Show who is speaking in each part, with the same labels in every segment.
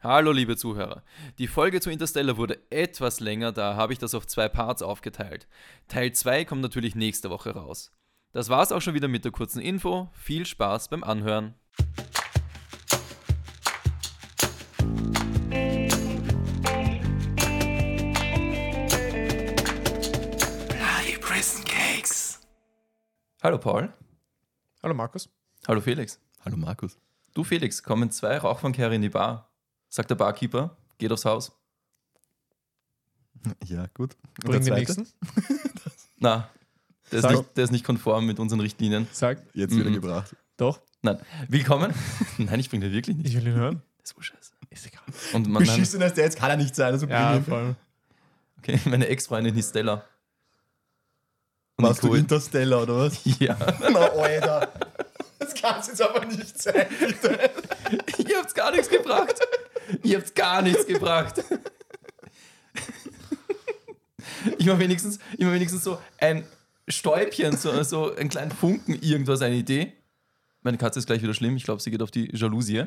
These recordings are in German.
Speaker 1: Hallo liebe Zuhörer. Die Folge zu Interstellar wurde etwas länger, da habe ich das auf zwei Parts aufgeteilt. Teil 2 kommt natürlich nächste Woche raus. Das war's auch schon wieder mit der kurzen Info. Viel Spaß beim Anhören. Bloody Prison Cakes. Hallo Paul.
Speaker 2: Hallo Markus.
Speaker 1: Hallo Felix.
Speaker 3: Hallo Markus.
Speaker 1: Du Felix, kommen zwei Rauchfangkehre in die Bar. Sagt der Barkeeper, geht aufs Haus.
Speaker 3: Ja, gut. Und
Speaker 2: Bring
Speaker 3: der
Speaker 2: den
Speaker 3: zweite?
Speaker 2: nächsten.
Speaker 1: Na, der ist,
Speaker 2: Sag-
Speaker 1: nicht, der ist nicht konform mit unseren Richtlinien.
Speaker 2: Sag,
Speaker 3: Jetzt wieder
Speaker 1: Mhm.
Speaker 3: gebracht.
Speaker 2: doch,
Speaker 1: Nein. Willkommen. Nein, ich bringe den wirklich nicht.
Speaker 2: ich will ihn hören.
Speaker 1: Das ist urscheiße.
Speaker 2: Ist egal.
Speaker 1: Und man,
Speaker 3: Beschissen als der jetzt kann er nicht sein. Also bring
Speaker 2: Ja,
Speaker 3: ihn.
Speaker 2: vor allem.
Speaker 1: okay, meine Ex-Freundin hieß Stella. Und
Speaker 3: Warst
Speaker 1: die
Speaker 3: du Interstellar oder was?
Speaker 1: Kohl- Ja.
Speaker 3: Na, Alter. Das kann es jetzt aber nicht sein.
Speaker 1: Ihr habt's gar nichts gebracht. Ihr habt's gar nichts gebracht. Ich mach wenigstens, ich mach wenigstens so ein Stäubchen, so, so einen kleinen Funken, irgendwas, eine Idee. Meine Katze ist gleich wieder schlimm. Ich glaube, sie geht auf die Jalousie.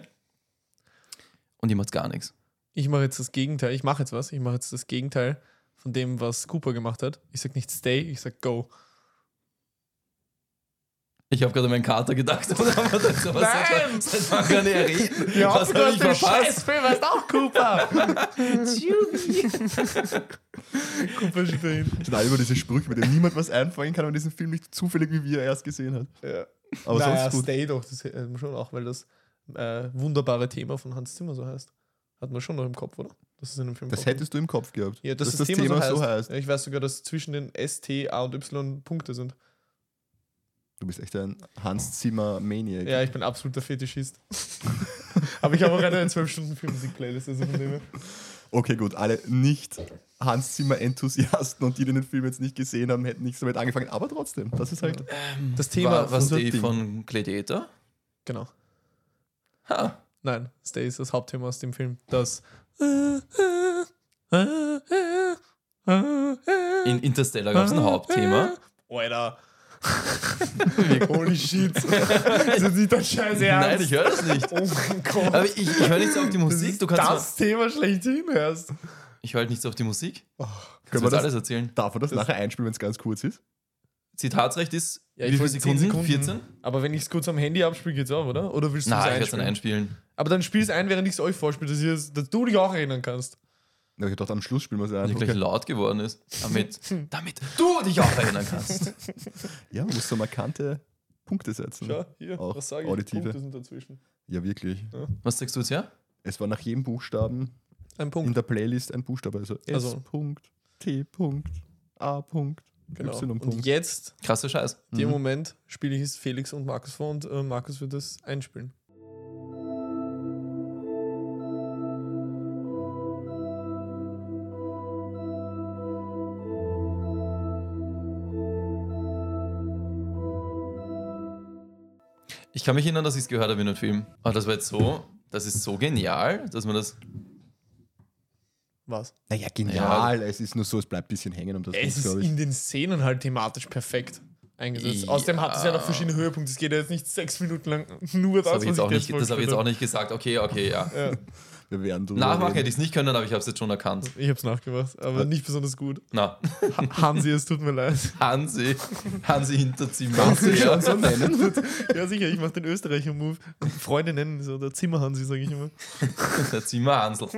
Speaker 1: Und ihr macht gar nichts.
Speaker 2: Ich mache jetzt das Gegenteil. Ich mache jetzt was. Ich mache jetzt das Gegenteil von dem, was Cooper gemacht hat. Ich sag nicht stay, ich sag go.
Speaker 1: Ich habe gerade an meinen Kater gedacht. Oder? Aber das, aber
Speaker 2: Nein!
Speaker 1: Seit, seit wann kann er reden? Was hab ich verpasst?
Speaker 2: Scheißfilm hast auch Cooper. Cooper steht da hinten.
Speaker 3: Schnell über diese Sprüche, mit denen niemand was einfangen kann, wenn man diesen Film nicht zufällig wie wir erst gesehen hat.
Speaker 2: Ja.
Speaker 3: Aber
Speaker 2: naja,
Speaker 3: sonst gut.
Speaker 2: stay doch, das hätten wir schon auch, weil das äh, wunderbare Thema von Hans Zimmer so heißt. Hat man schon noch im Kopf, oder? Das ist in dem Film.
Speaker 3: Das
Speaker 2: vorkommt.
Speaker 3: hättest du im Kopf gehabt.
Speaker 2: ja, dass
Speaker 3: dass
Speaker 2: das, Thema, so heißt. Ja, ich weiß sogar, dass zwischen den S, T, A und Y Punkte sind.
Speaker 3: Du bist echt ein Hans Zimmer Maniac.
Speaker 2: Ja, ich bin absoluter Fetischist. Aber ich habe auch eine 12-Stunden-Filmmusik-Playlist, also von dem her.
Speaker 3: Okay, gut. Alle nicht Hans Zimmer Enthusiasten und die, die den Film jetzt nicht gesehen haben, hätten nichts damit angefangen. Aber trotzdem, das ist halt.
Speaker 2: Das Thema
Speaker 1: War, was
Speaker 3: unser
Speaker 1: die
Speaker 3: Ding.
Speaker 1: von Gladiator?
Speaker 2: Genau.
Speaker 1: Ha.
Speaker 2: Nein, Stay ist das Hauptthema aus dem Film. Das. In
Speaker 1: In Interstellar gab es ein Hauptthema.
Speaker 2: Oh, Alter. Holy shit. das ist nicht dein Scheiß
Speaker 1: Nein,
Speaker 2: Ernst.
Speaker 1: ich höre das nicht.
Speaker 2: oh mein Gott.
Speaker 1: Aber ich, ich höre nicht so auf die
Speaker 2: das
Speaker 1: Musik.
Speaker 2: ist
Speaker 1: Du kannst
Speaker 2: das Thema schlechthin hörst.
Speaker 1: Ich höre halt nicht so auf die Musik. Kannst
Speaker 3: Können
Speaker 1: du
Speaker 3: wir
Speaker 1: jetzt
Speaker 3: das,
Speaker 1: alles erzählen?
Speaker 3: darf man das, nachher einspielen, wenn es ganz kurz ist?
Speaker 1: Zitatsrecht ist
Speaker 2: Ja,
Speaker 1: wie viele
Speaker 2: wollte 10
Speaker 1: Sekunden? 14?
Speaker 2: Aber wenn ich es kurz am Handy abspiele, geht's auch, oder? Oder willst du
Speaker 1: Nein, ich werde
Speaker 2: es
Speaker 1: es dann
Speaker 2: einspielen?
Speaker 1: einspielen.
Speaker 2: Aber dann spiel es ein, während ich es euch vorspiele, dass, ihr es- dass du dich auch erinnern kannst.
Speaker 3: Na, ich dachte, am Schluss spielen wir es
Speaker 1: Wenn
Speaker 3: ein.
Speaker 1: ich gleich
Speaker 3: Also, Okay.
Speaker 1: laut geworden ist. Damit,
Speaker 2: Hm.
Speaker 1: damit du dich auch erinnern kannst.
Speaker 3: Ja, man muss so markante Punkte setzen.
Speaker 2: Schau, hier,
Speaker 3: Auch
Speaker 2: was sage ich?
Speaker 3: auditive.
Speaker 2: Punkte sind dazwischen.
Speaker 3: Ja, wirklich.
Speaker 1: Was sagst du jetzt her?
Speaker 3: Es war nach jedem Buchstaben
Speaker 2: Ein
Speaker 3: in
Speaker 2: Punkt.
Speaker 3: der Playlist ein Buchstabe. Also S.
Speaker 2: Also.
Speaker 3: Punkt, T. Punkt, A. Punkt,
Speaker 2: Genau.
Speaker 3: Y.
Speaker 2: Und
Speaker 3: Punkt. Mhm.
Speaker 2: jetzt,
Speaker 1: Krasser Scheiß.
Speaker 2: in dem Moment, spiele ich es Felix und Markus vor und äh, Markus wird das einspielen.
Speaker 1: Ich kann mich erinnern, dass ich es gehört habe in einem Film. Aber das war jetzt so, das ist so genial, dass man das.
Speaker 2: Was?
Speaker 3: Naja, genial. Es ist nur so, es bleibt ein bisschen hängen um das
Speaker 2: Es
Speaker 3: Buch,
Speaker 2: ist
Speaker 3: glaube ich.
Speaker 2: in den Szenen halt thematisch perfekt eingesetzt.
Speaker 1: Ja.
Speaker 2: Außerdem hat es ja noch verschiedene Höhepunkte. Es geht ja jetzt nicht sechs Minuten lang nur
Speaker 1: Das,
Speaker 2: das,
Speaker 1: habe ich, jetzt auch nicht- das habe ich jetzt auch
Speaker 2: vorgespielt
Speaker 1: nicht gesagt. Okay, okay, ja.
Speaker 2: habe.
Speaker 3: Wir werden drüber
Speaker 1: Nachmachen hätte
Speaker 3: reden.
Speaker 1: ich es nicht können, aber ich habe es jetzt schon erkannt.
Speaker 2: Ja, ich habe es nachgemacht, aber nicht besonders gut.
Speaker 1: Na,
Speaker 2: Ha- Hansi, es tut mir leid.
Speaker 1: Hansi, Hansi Hinterzimmer.
Speaker 3: Kannst du
Speaker 1: ja.
Speaker 3: schon so nennen?
Speaker 2: Ja, sicher, ich mache den Österreicher-Move. Freunde nennen ihn so, der Zimmer-Hansi, sage ich immer.
Speaker 1: Der Zimmerhansel.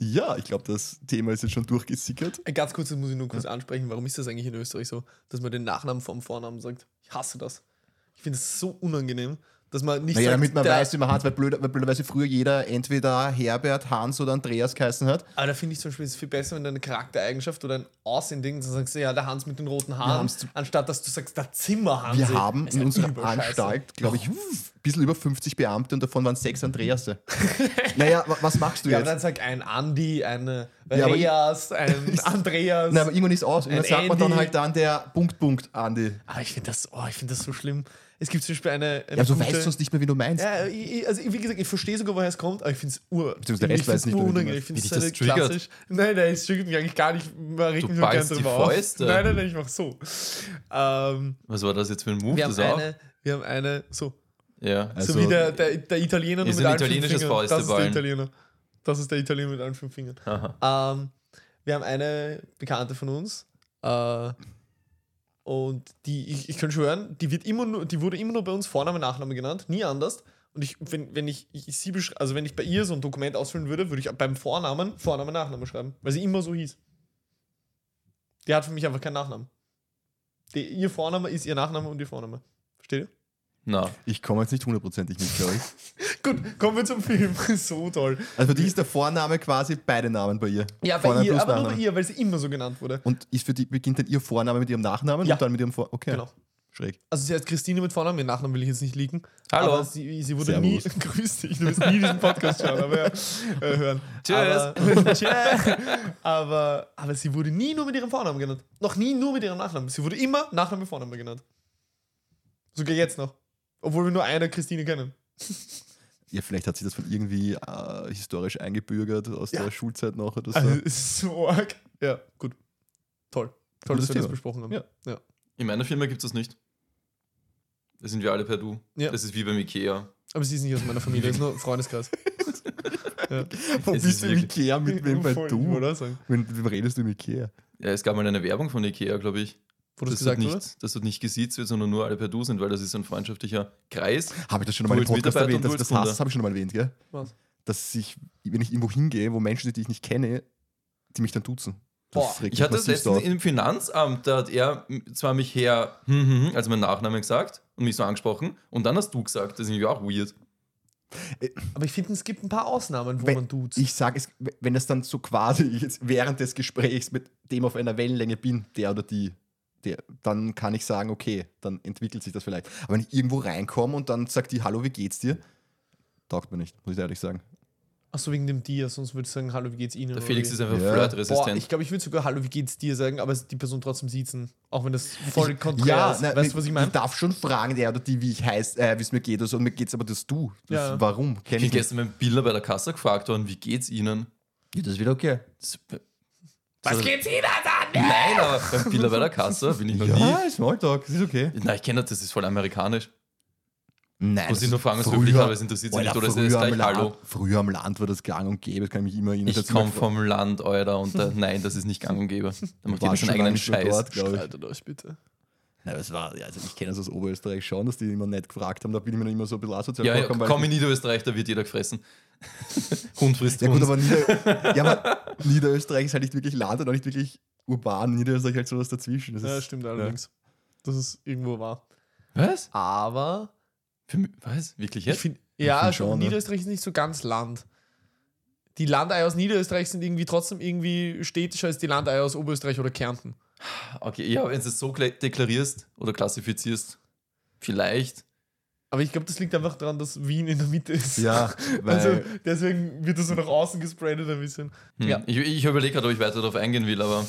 Speaker 3: Ja, ich glaube, das Thema ist jetzt schon durchgesickert.
Speaker 2: Äh, Ganz kurz, das muss ich nur kurz ansprechen. Warum ist das eigentlich in Österreich so, dass man den Nachnamen vom Vornamen sagt? Ich hasse das. Ich finde es so unangenehm, dass man nicht
Speaker 3: Naja,
Speaker 2: sagt,
Speaker 3: damit man
Speaker 2: der,
Speaker 3: weiß, wie man hat, weil, blöd, weil blöderweise früher jeder entweder Herbert, Hans oder Andreas geheißen hat.
Speaker 2: Aber Ah, da finde ich zum Beispiel es ist viel besser, wenn du eine Charaktereigenschaft oder ein Aussehen dann sagst du, ja, der Hans mit den roten Haaren,
Speaker 3: haben's zu-
Speaker 2: anstatt dass du sagst, der Zimmerhansi.
Speaker 3: Wir haben
Speaker 2: Es ist
Speaker 3: in
Speaker 2: ja
Speaker 3: unserer
Speaker 2: übelscheiße.
Speaker 3: Anstalt, glaube ich, ein bisschen über 50 Beamte und davon waren sechs Andreasse. naja, wa- was machst du
Speaker 2: Ja, aber
Speaker 3: jetzt?
Speaker 2: dann sag ein Andi, eine
Speaker 3: Ja, aber ich-
Speaker 2: Reas, ein Andreas.
Speaker 3: Nein, aber irgendwann ist aus. Und
Speaker 2: Ein
Speaker 3: dann sagt man dann
Speaker 2: Andy.
Speaker 3: halt dann der Punkt, Punkt, Andi.
Speaker 2: aber ich finde das, oh, ich find das so schlimm. Es gibt zum Beispiel eine. eine
Speaker 3: Ja, so
Speaker 2: gute-
Speaker 3: weißt du es nicht mehr, wie du meinst.
Speaker 2: Ja, ich, ich- also wie gesagt, ich verstehe sogar, woher es kommt, aber ich finde es ur.
Speaker 3: Beziehungsweise der Rest
Speaker 2: ich find's
Speaker 3: weiß nicht,
Speaker 2: unangenehm.
Speaker 3: wie du
Speaker 2: Ich finde
Speaker 1: dich
Speaker 2: es
Speaker 1: das
Speaker 2: eine
Speaker 1: triggert.
Speaker 2: klassisch. Nein, nein, es triggert mich eigentlich gar nicht. Man regt
Speaker 1: Du
Speaker 2: mich nur gern
Speaker 1: beißt die
Speaker 2: drüber auf.
Speaker 1: Fäuste.
Speaker 2: Nein, nein, nein, ich mache so. Ähm,
Speaker 1: Was war das jetzt für ein Move?
Speaker 2: wir, haben
Speaker 1: das auch?
Speaker 2: eine, wir haben eine, so.
Speaker 1: Ja.
Speaker 3: Also-
Speaker 2: so wie der, der, der Italiener nur
Speaker 1: Ist
Speaker 2: mit
Speaker 1: ein
Speaker 2: allen fünf
Speaker 1: italienisches
Speaker 2: Fingern. Das ist der
Speaker 1: Fäusteballen.
Speaker 2: Italiener. Das ist der Italiener mit allen fünf Fingern.
Speaker 1: Aha.
Speaker 2: Ähm, wir haben eine Bekannte von uns. Äh, und die, ich, ich kann schwören, die, wird immer nur, die wurde immer nur bei uns Vorname, Nachname genannt, nie anders. Und ich, wenn, wenn ich, ich sie besch- also wenn ich bei ihr so ein Dokument ausfüllen würde, würde ich beim Vornamen Vorname, Nachname schreiben, weil sie immer so hieß. Die hat für mich einfach keinen Nachnamen. Die, ihr Vorname ist ihr Nachname und ihr Vorname. Versteht ihr?
Speaker 1: Na.
Speaker 3: Ich komme jetzt nicht hundertprozentig mit, glaube ich.
Speaker 2: Gut, kommen wir zum Film. so toll.
Speaker 3: Also für dich ist der Vorname quasi beide Namen bei ihr.
Speaker 2: Ja, bei
Speaker 3: Vorname
Speaker 2: ihr,
Speaker 3: plus
Speaker 2: aber nur bei
Speaker 3: Nachname.
Speaker 2: ihr, weil sie immer so genannt wurde.
Speaker 3: Und ist für die, beginnt dann ihr Vorname mit ihrem Nachnamen
Speaker 2: Ja.
Speaker 3: und dann mit ihrem Vor... Okay,
Speaker 2: Genau.
Speaker 3: schräg.
Speaker 2: Also sie heißt Christine mit Vornamen, ihren Nachnamen will ich jetzt nicht liegen.
Speaker 1: Hallo.
Speaker 2: Aber sie, sie wurde
Speaker 3: Servus.
Speaker 2: nie, grüß dich, du wirst nie diesen Podcast schauen, aber ja, äh, hören.
Speaker 1: Tschüss.
Speaker 2: Aber, tschüss. aber, aber sie wurde nie nur mit ihrem Vornamen genannt. Noch nie nur mit ihrem Nachnamen. Sie wurde immer Nachname, Vorname genannt. Sogar jetzt noch. Obwohl wir nur eine Christine kennen.
Speaker 3: Ja, vielleicht hat sich das von irgendwie äh, historisch eingebürgert aus
Speaker 2: Ja.
Speaker 3: der Schulzeit noch oder so.
Speaker 2: Also es ist so arg. Ja, gut. Toll. Toll, dass
Speaker 3: Gutes
Speaker 2: wir das
Speaker 3: Thema.
Speaker 2: besprochen haben.
Speaker 3: Ja.
Speaker 2: ja.
Speaker 1: In meiner Firma gibt es das nicht. Da sind wir alle per Du.
Speaker 2: Ja.
Speaker 1: Das ist wie beim Ikea.
Speaker 2: Aber sie ist nicht aus meiner Familie, ist nur Freundeskreis. ja.
Speaker 3: Wo
Speaker 1: Es ist
Speaker 3: bist du im
Speaker 1: wirklich-
Speaker 3: Ikea? Mit wem bei
Speaker 2: Voll,
Speaker 3: du?
Speaker 2: Oder? Sagen.
Speaker 3: Mit wem redest du im Ikea?
Speaker 1: Ja, es gab mal eine Werbung von Ikea, glaube ich.
Speaker 2: Wo du es
Speaker 1: dort
Speaker 2: gesagt
Speaker 1: nicht,
Speaker 2: hast.
Speaker 1: dass dort nicht gesiezt wird, sondern nur alle per Du sind, weil das ist ein freundschaftlicher Kreis.
Speaker 3: Habe ich das schon
Speaker 1: Du
Speaker 3: mal im
Speaker 1: als
Speaker 3: Podcast
Speaker 1: Mitarbeiter
Speaker 3: erwähnt?
Speaker 1: und
Speaker 3: Das,
Speaker 1: du als
Speaker 3: das Hass
Speaker 1: Kunde.
Speaker 3: habe ich schon mal erwähnt, gell?
Speaker 2: Was?
Speaker 3: Dass ich, wenn ich irgendwo hingehe, wo Menschen, die ich nicht kenne, die mich dann duzen.
Speaker 2: Boah,
Speaker 3: regt
Speaker 1: Ich
Speaker 3: mich
Speaker 1: hatte das
Speaker 3: massivst
Speaker 1: letztens
Speaker 3: auf.
Speaker 1: im Finanzamt, da hat er m- zwar mich her, hm, hm, hm, also meinen Nachnamen gesagt und mich so angesprochen und dann hast du gesagt, das ist irgendwie auch weird.
Speaker 2: Aber ich finde, es gibt ein paar Ausnahmen, wo
Speaker 3: Wenn-
Speaker 2: man duzt.
Speaker 3: Ich sage es, wenn das dann so quasi ich jetzt während des Gesprächs mit dem auf einer Wellenlänge bin, der oder die, der, dann kann ich sagen, okay, dann entwickelt sich das vielleicht. Aber wenn ich irgendwo reinkomme und dann sagt die, hallo, wie geht's dir? Taugt mir nicht, muss ich ehrlich sagen.
Speaker 2: Achso, wegen dem Dir, sonst würde ich sagen, hallo, wie geht's Ihnen?
Speaker 1: Der Felix ist einfach
Speaker 3: Ja.
Speaker 1: flirtresistent.
Speaker 2: Boah, ich glaube, ich würde sogar Hallo, wie geht's dir sagen, aber die Person trotzdem siezen. Auch wenn das voll konträr
Speaker 1: ne,
Speaker 2: ist.
Speaker 3: nein,
Speaker 2: weißt du, was ich meine?
Speaker 3: Ich darf schon fragen, der oder die, wie ich heiße, äh, wie es mir geht oder so, und mir geht's aber das du. Das,
Speaker 2: Ja.
Speaker 3: Warum? Kenn
Speaker 1: ich bin
Speaker 3: ich nicht.
Speaker 1: gestern beim Biller bei der Kasse gefragt worden, wie geht's Ihnen?
Speaker 3: Ja, das ist wieder okay. Also,
Speaker 1: Das,
Speaker 2: Was geht's Ihnen an?
Speaker 1: nein, aber beim Biller bei der Kasse bin ich noch
Speaker 3: Ja, ist Smalltalk, das ist okay.
Speaker 1: nie. Nein, ich kenne das, das ist voll amerikanisch.
Speaker 3: Nein.
Speaker 1: Muss
Speaker 3: das
Speaker 1: ich nur fragen, was
Speaker 3: früher-
Speaker 1: wirklich aber es interessiert sie
Speaker 3: Alter,
Speaker 1: nicht, oder ist
Speaker 3: früher
Speaker 1: das
Speaker 3: am
Speaker 1: gleich
Speaker 3: Land-
Speaker 1: Hallo?
Speaker 3: Früher am Land war das gang und gäbe, das kann ich mich immer erinnern.
Speaker 1: Ich
Speaker 3: dass
Speaker 1: komme
Speaker 3: immer-
Speaker 1: vom Land, Alter, und da, nein, das ist nicht gang und gäbe. Da macht
Speaker 3: War
Speaker 1: jeder seinen
Speaker 3: schon lange
Speaker 1: eigenen
Speaker 3: nicht mehr
Speaker 1: Scheiß.
Speaker 3: dort, glaub ich.
Speaker 2: Streitet euch bitte.
Speaker 3: Na, das war, ja, also ich kenne das aus Oberösterreich schon, dass die immer nett gefragt haben, da bin ich mir dann immer so ein bisschen asozial
Speaker 1: Ja, ja,
Speaker 3: vorgekommen, weil
Speaker 1: komm
Speaker 3: ich-
Speaker 1: in Niederösterreich, da wird jeder gefressen. Hund frisst
Speaker 3: Ja gut,
Speaker 1: Hund.
Speaker 3: aber, Nieder ja, aber Niederösterreich ist halt nicht wirklich Land und auch nicht wirklich urban. Niederösterreich ist halt sowas dazwischen. Das
Speaker 2: Ja,
Speaker 3: ist,
Speaker 2: stimmt allerdings. Das ist irgendwo wahr.
Speaker 1: Was?
Speaker 2: Aber
Speaker 1: Für, mi- was? Wirklich
Speaker 2: ich
Speaker 1: jetzt?
Speaker 2: finde, ja,
Speaker 3: find
Speaker 2: schon,
Speaker 3: schon, ne?
Speaker 2: Niederösterreich ist nicht so ganz Land. Die Landeier aus Niederösterreich sind irgendwie trotzdem irgendwie städtischer als die Landeier aus Oberösterreich oder Kärnten.
Speaker 1: Okay, ja, wenn du es so kle- deklarierst oder klassifizierst, vielleicht.
Speaker 2: Aber ich glaube, das liegt einfach daran, dass Wien in der Mitte ist.
Speaker 3: Ja, weil
Speaker 2: Also deswegen wird das so nach außen gespreadet ein bisschen.
Speaker 1: Hm.
Speaker 2: Ja.
Speaker 1: Ich, ich überlege gerade, ob ich weiter darauf eingehen will, aber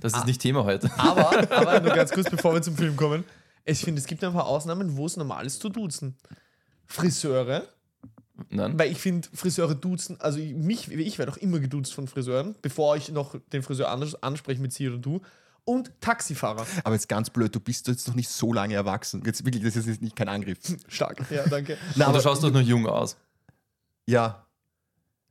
Speaker 1: das
Speaker 3: Ah.
Speaker 1: ist nicht Thema heute.
Speaker 2: Aber, aber nur ganz kurz, bevor wir zum Film kommen. Ich finde, es gibt ein paar Ausnahmen, wo es normal ist zu duzen. Friseure,
Speaker 1: Nein.
Speaker 2: weil ich finde, Friseure duzen, also ich- mich, ich werde auch immer geduzt von Friseuren, bevor ich noch den Friseur anders anspreche mit sie oder du. Und Taxifahrer.
Speaker 3: aber jetzt ganz blöd, du bist jetzt noch nicht so lange erwachsen. Jetzt wirklich, das ist jetzt nicht kein Angriff.
Speaker 2: Stark. Ja, danke.
Speaker 3: Na,
Speaker 1: Und du schaust doch noch jung aus.
Speaker 3: ja.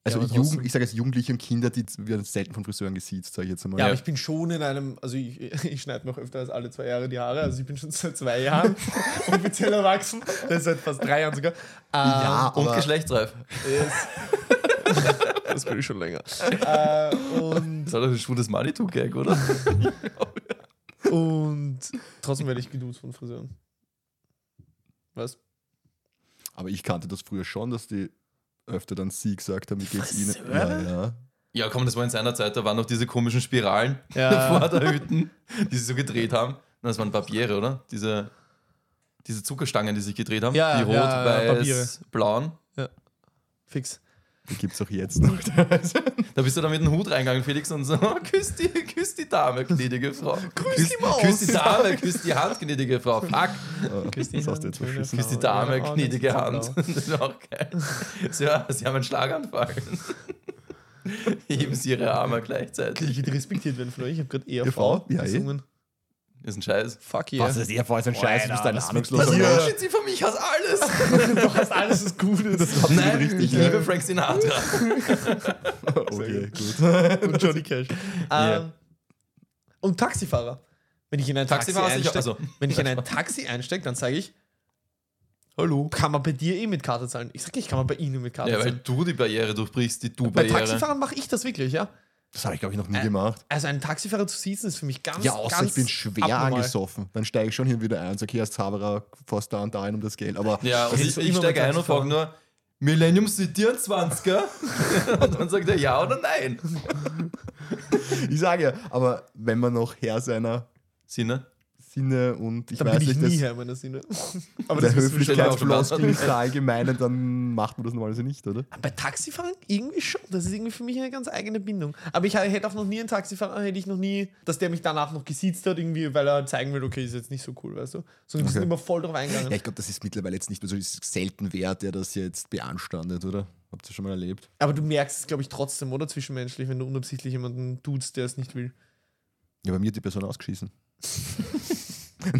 Speaker 3: Also
Speaker 2: Ja, aber trotzdem.
Speaker 3: Jugend, ich sage jetzt Jugendliche und Kinder, die werden selten von Friseuren gesiezt, sage ich jetzt einmal.
Speaker 2: Ja, aber ich bin schon in einem, also ich, ich schneide noch öfter als alle zwei Jahre die Haare, also ich bin schon seit zwei Jahren offiziell erwachsen, das ist seit fast drei Jahren sogar. Ähm,
Speaker 3: Ja,
Speaker 1: Und
Speaker 3: Ah, aber-
Speaker 1: geschlechtsreif.
Speaker 2: Yes. das bin ich schon länger. Äh, und,
Speaker 1: Das war doch ein schwules Manitou-Gag, oder?
Speaker 2: und trotzdem werde ich geduzt von Friseuren. Was?
Speaker 3: Aber ich kannte das früher schon, dass die öfter dann sie gesagt haben, wie geht's ihnen.
Speaker 2: Friseure?
Speaker 3: Ja, ja.
Speaker 1: Ja, komm, das war in seiner Zeit, da waren noch diese komischen Spiralen
Speaker 2: Ja.
Speaker 1: vor der Hütten, die sie so gedreht haben. Na, Das waren Papiere, oder? Diese, diese Zuckerstangen, die sich gedreht haben.
Speaker 2: Ja,
Speaker 1: die rot,
Speaker 2: ja, ja,
Speaker 1: weiß, blauen.
Speaker 2: Fix.
Speaker 3: Die gibt's auch jetzt noch.
Speaker 1: Da bist du dann mit dem Hut reingegangen, Felix, und so, küsst die, küsst die Dame, gnädige Frau. Grüß küsst,
Speaker 2: die Maus.
Speaker 1: Küsst die Dame, küsst die Hand, gnädige Frau. Fuck.
Speaker 3: das hast du jetzt verschissen.
Speaker 1: Küsst die Dame, gnädige Hand. Das ist auch geil. So, ja, sie haben einen Schlaganfall. Heben sie ihre Arme gleichzeitig.
Speaker 2: Ich wird respektiert werden von euch, ich habe gerade
Speaker 3: Ihr
Speaker 2: ERV
Speaker 3: Frau? Ja, eh.
Speaker 2: gesungen.
Speaker 1: Ist ein Scheiß.
Speaker 2: Fuck yeah.
Speaker 3: Was ist dir vor, ist Also ein Scheiß, du bist ein
Speaker 4: das-
Speaker 1: Was
Speaker 3: ahnungsloser Mensch.
Speaker 1: wünschen Sie von mir? Ich hasse alles.
Speaker 2: Du hast alles das Gute.
Speaker 1: Nein, ich liebe Frank Sinatra.
Speaker 3: Okay, gut.
Speaker 2: und Johnny Cash. Ähm, und Taxifahrer. Wenn ich in ein Taxi,
Speaker 1: Taxifahrer sicher-
Speaker 2: einsteige,
Speaker 1: also-
Speaker 2: wenn ich in ein Taxi einsteige, dann sage ich, hallo, kann man bei dir eh mit Karte zahlen? Ich sage nicht, kann man bei Ihnen mit Karte
Speaker 1: Ja, weil
Speaker 2: zahlen.
Speaker 1: du die Barriere durchbrichst, die
Speaker 2: Bei
Speaker 1: Du-Barriere.
Speaker 2: Taxifahrern mache ich das wirklich, ja.
Speaker 3: Das habe ich, glaube ich, noch nie gemacht.
Speaker 2: Also einen Taxifahrer zu sitzen ist für mich ganz,
Speaker 3: Ja, außer
Speaker 2: ganz
Speaker 3: ich bin schwer
Speaker 2: abnormal.
Speaker 3: angesoffen. Dann steige ich schon hier wieder ein und sage, hier ist Haberer, fährst da und da ein um das Geld. Aber
Speaker 1: Ja, und
Speaker 2: ist
Speaker 1: ich,
Speaker 2: so
Speaker 1: ich
Speaker 2: immer
Speaker 1: steige
Speaker 2: mit
Speaker 1: ein und frage
Speaker 2: Taxifahrern.
Speaker 1: nur, Millennium City 20er? und dann sagt er ja oder nein.
Speaker 3: ich sage ja, aber wenn man noch Herr seiner
Speaker 1: Sinne?
Speaker 3: Sinne und ich
Speaker 2: Dann
Speaker 3: weiß
Speaker 2: bin ich
Speaker 3: nicht,
Speaker 2: nie
Speaker 3: das,
Speaker 2: her, meiner Sinne. Aber
Speaker 3: der
Speaker 2: das wissen wir schon.
Speaker 3: Höflichkeitsfloskel ist da allgemein, und dann macht man das normalerweise nicht, oder?
Speaker 2: Bei Taxifahren irgendwie schon. Das ist irgendwie für mich eine ganz eigene Bindung. Aber ich hätte auch noch nie einen Taxifahrer, hätte ich noch nie, dass der mich danach noch gesiezt hat, irgendwie, weil er zeigen will, okay, ist jetzt nicht so cool, weißt du? Sondern wir sind
Speaker 3: Okay.
Speaker 2: immer voll drauf eingegangen.
Speaker 3: Ja, ich glaube, das ist mittlerweile jetzt nicht mehr so das ist selten wert, der das jetzt beanstandet, oder? Habt ihr schon mal erlebt?
Speaker 2: Aber du merkst es, glaube ich, trotzdem, oder? Zwischenmenschlich, wenn du unabsichtlich jemanden duzt, der es nicht will.
Speaker 3: Ja, bei mir hat die Person ausgeschissen.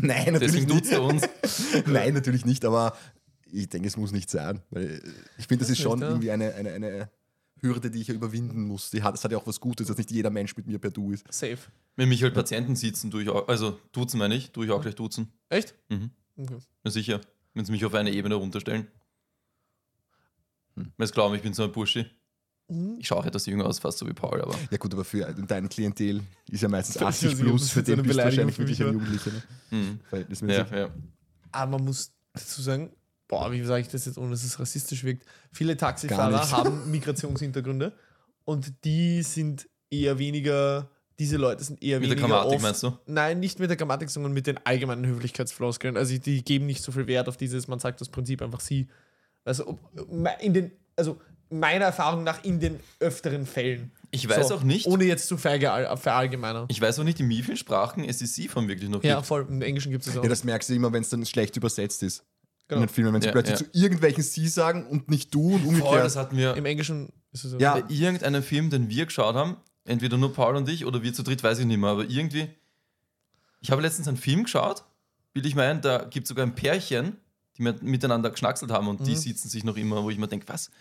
Speaker 3: Nein, natürlich
Speaker 1: Deswegen
Speaker 3: nicht.
Speaker 1: duzt er uns.
Speaker 3: Nein, natürlich nicht, aber ich denke, es muss nicht sein. Weil äh, ich finde, das ist schon
Speaker 2: ja.
Speaker 3: irgendwie eine, eine, eine Hürde, die ich ja überwinden muss. Die hat, das hat ja auch was Gutes, dass nicht jeder Mensch mit mir per Du ist.
Speaker 2: Safe.
Speaker 1: Wenn mich halt Patienten sitzen, tue ich auch, also duzen meine ich, tue ich auch gleich duzen.
Speaker 2: Echt?
Speaker 1: Mhm.
Speaker 2: Okay.
Speaker 1: Na sicher, wenn sie mich auf eine Ebene runterstellen. Weil sie glauben, ich bin so ein Burschi.
Speaker 2: Mhm.
Speaker 1: Ich schaue auch etwas jünger aus, fast so wie Paul, aber
Speaker 3: Ja gut, aber für dein Klientel ist ja meistens
Speaker 2: Ich weiß
Speaker 3: 80
Speaker 2: nicht, ob
Speaker 3: plus,
Speaker 2: das
Speaker 3: für
Speaker 2: jetzt
Speaker 3: den
Speaker 2: eine
Speaker 3: bist du
Speaker 2: Beleidigung
Speaker 3: wahrscheinlich
Speaker 2: für mich
Speaker 3: wirklich ein
Speaker 2: war.
Speaker 3: Jugendlicher. Ne?
Speaker 1: mhm. ja,
Speaker 3: Verhältnismäßig.
Speaker 1: ja.
Speaker 2: Aber man muss dazu sagen, boah, wie sage ich das jetzt, ohne dass es rassistisch wirkt? Viele
Speaker 3: Gar
Speaker 2: Taxifahrer
Speaker 3: nicht.
Speaker 2: haben Migrationshintergründe und die sind eher weniger, diese Leute sind eher
Speaker 1: Mit der
Speaker 2: weniger.
Speaker 1: Grammatik
Speaker 2: oft-
Speaker 1: meinst du?
Speaker 2: Nein, nicht mit der Grammatik, sondern mit den allgemeinen Höflichkeitsfloskeln. Also die geben nicht so viel Wert auf dieses, man sagt das Prinzip einfach sie. Also, ob- me- in den, also meiner Erfahrung nach in den öfteren Fällen.
Speaker 1: Ich weiß auch nicht.
Speaker 2: Ohne jetzt zu verge- verallgemeinern.
Speaker 1: Ich weiß auch nicht, in wie vielen Sprachen es die Sie-Form wirklich noch
Speaker 2: Ja,
Speaker 1: gibt.
Speaker 2: voll. Im Englischen gibt es auch.
Speaker 3: ja, das merkst du immer, wenn es dann schlecht übersetzt ist.
Speaker 2: Genau.
Speaker 3: In den Filmen, wenn sie
Speaker 1: Ja,
Speaker 3: plötzlich
Speaker 1: ja.
Speaker 3: zu irgendwelchen Sie sagen und nicht du und
Speaker 1: Voll,
Speaker 3: umgekehrt.
Speaker 1: das hatten wir
Speaker 2: Im Englischen ist es so.
Speaker 3: Ja.
Speaker 1: bei irgendeinem Film, den wir geschaut haben, entweder nur Paul und ich oder wir zu dritt, weiß ich nicht mehr, aber irgendwie. Ich habe letztens einen Film geschaut, will ich meinen, da gibt es sogar ein Pärchen, die mit- miteinander geschnackselt haben
Speaker 3: Mhm.
Speaker 1: und die sitzen sich noch immer, wo ich mir denke, was?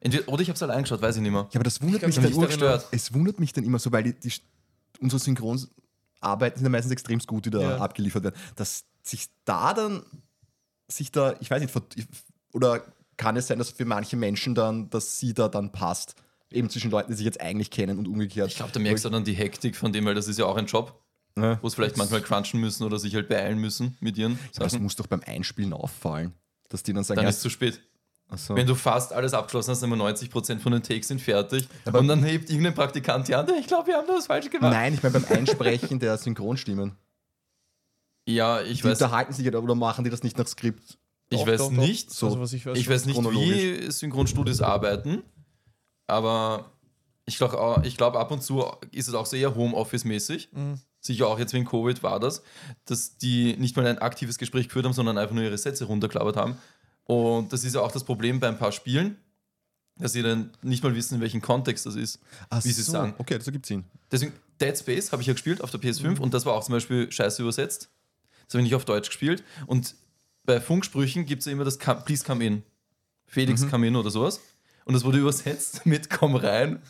Speaker 1: Entweder, oder ich habe es allein geschaut, weiß ich nicht mehr.
Speaker 3: Ja, aber das wundert
Speaker 2: glaub,
Speaker 3: mich
Speaker 1: das
Speaker 3: dann
Speaker 1: hat mich gestört.
Speaker 3: Es wundert mich dann immer so, weil die, die, unsere Synchronarbeiten sind ja meistens extrem gut, die da
Speaker 2: Ja.
Speaker 3: abgeliefert werden, dass sich da dann, sich da, ich weiß nicht, vert- oder kann es sein, dass für manche Menschen dann, dass sie da dann passt? Eben zwischen Leuten, die sich jetzt eigentlich kennen und umgekehrt.
Speaker 1: Ich glaube, da merkst du dann die Hektik von dem, weil das ist ja auch ein Job,
Speaker 3: Ja.
Speaker 1: wo es vielleicht manchmal crunchen müssen oder sich halt beeilen müssen mit ihren
Speaker 3: Das
Speaker 1: Sachen.
Speaker 3: muss doch beim Einspielen auffallen, dass die dann sagen,
Speaker 1: Dann
Speaker 3: ja,
Speaker 1: ist es zu spät.
Speaker 3: ach so.
Speaker 1: Wenn du fast alles abgeschlossen hast, immer 90% von den Takes sind fertig.
Speaker 3: Aber-
Speaker 1: und dann hebt irgendein Praktikant die Hand, ich glaube, wir haben da was falsch gemacht.
Speaker 3: Nein, ich meine beim Einsprechen der Synchronstimmen.
Speaker 1: Ja, ich
Speaker 3: Die
Speaker 1: weiß,
Speaker 3: unterhalten sich ja oder machen die das nicht nach Skript?
Speaker 1: ich
Speaker 2: Doch,
Speaker 1: weiß
Speaker 2: doch, doch.
Speaker 1: nicht,
Speaker 3: So.
Speaker 2: Also, was ich weiß.
Speaker 1: ich
Speaker 2: schon.
Speaker 1: weiß nicht, wie
Speaker 3: chronologisch.
Speaker 1: Synchronstudios arbeiten, aber ich glaube, ich glaub, ab und zu ist es auch sehr Homeoffice-mäßig. Sicher auch jetzt wegen Covid war das, dass die nicht mal ein aktives Gespräch geführt haben, sondern einfach nur ihre Sätze runterklappert haben. Und das ist ja auch das Problem bei ein paar Spielen, dass sie dann nicht mal wissen, in welchem Kontext das ist.
Speaker 3: Ach
Speaker 1: Wie sie es
Speaker 3: so.
Speaker 1: sagen.
Speaker 3: Okay, also das ergibt Sinn.
Speaker 1: Deswegen, Dead Space habe ich ja gespielt auf der PS5 und das war auch zum Beispiel scheiße übersetzt. Das habe ich nicht auf Deutsch gespielt. Und bei Funksprüchen gibt es ja immer das Come, Please come in. Felix come in oder sowas. Und das wurde übersetzt mit Komm rein.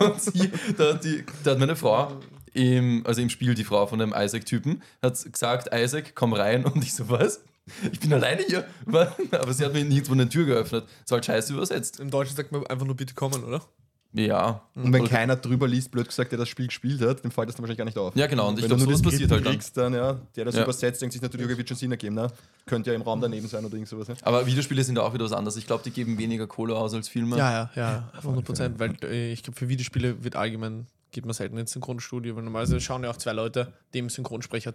Speaker 1: und sie, da, hat die, da hat meine Frau, im, also im Spiel die Frau von einem Isaac-Typen, hat gesagt: Isaac, komm rein. Und ich so, was? Ich bin alleine hier. Aber sie hat mir nirgendwo eine Tür geöffnet. Das war halt scheiße übersetzt.
Speaker 2: Im Deutschen sagt man einfach nur bitte kommen, oder?
Speaker 1: Ja.
Speaker 3: Und wenn keiner drüber liest, blöd gesagt, der das Spiel gespielt hat, dem fällt das dann wahrscheinlich gar nicht auf.
Speaker 1: Ja, genau, und ich
Speaker 3: wenn
Speaker 1: glaub,
Speaker 3: du nur
Speaker 1: sowas
Speaker 3: den
Speaker 1: passiert
Speaker 3: Dritten
Speaker 1: halt dann.
Speaker 3: kriegst, dann, ja, der das
Speaker 1: Ja.
Speaker 3: übersetzt, denkt sich natürlich, okay, wird schon Sinn ergeben, ne? Könnte ja im Raum daneben sein oder irgend sowas. Ne?
Speaker 1: Aber Videospiele sind ja auch wieder was anderes. Ich glaube, die geben weniger Kohle aus als Filme.
Speaker 2: Ja, ja, ja, 100 Prozent. Weil äh, ich glaube, für Videospiele wird allgemein, geht man selten ins Synchronstudio, weil normalerweise schauen ja auch zwei Leute dem Synchronsprecher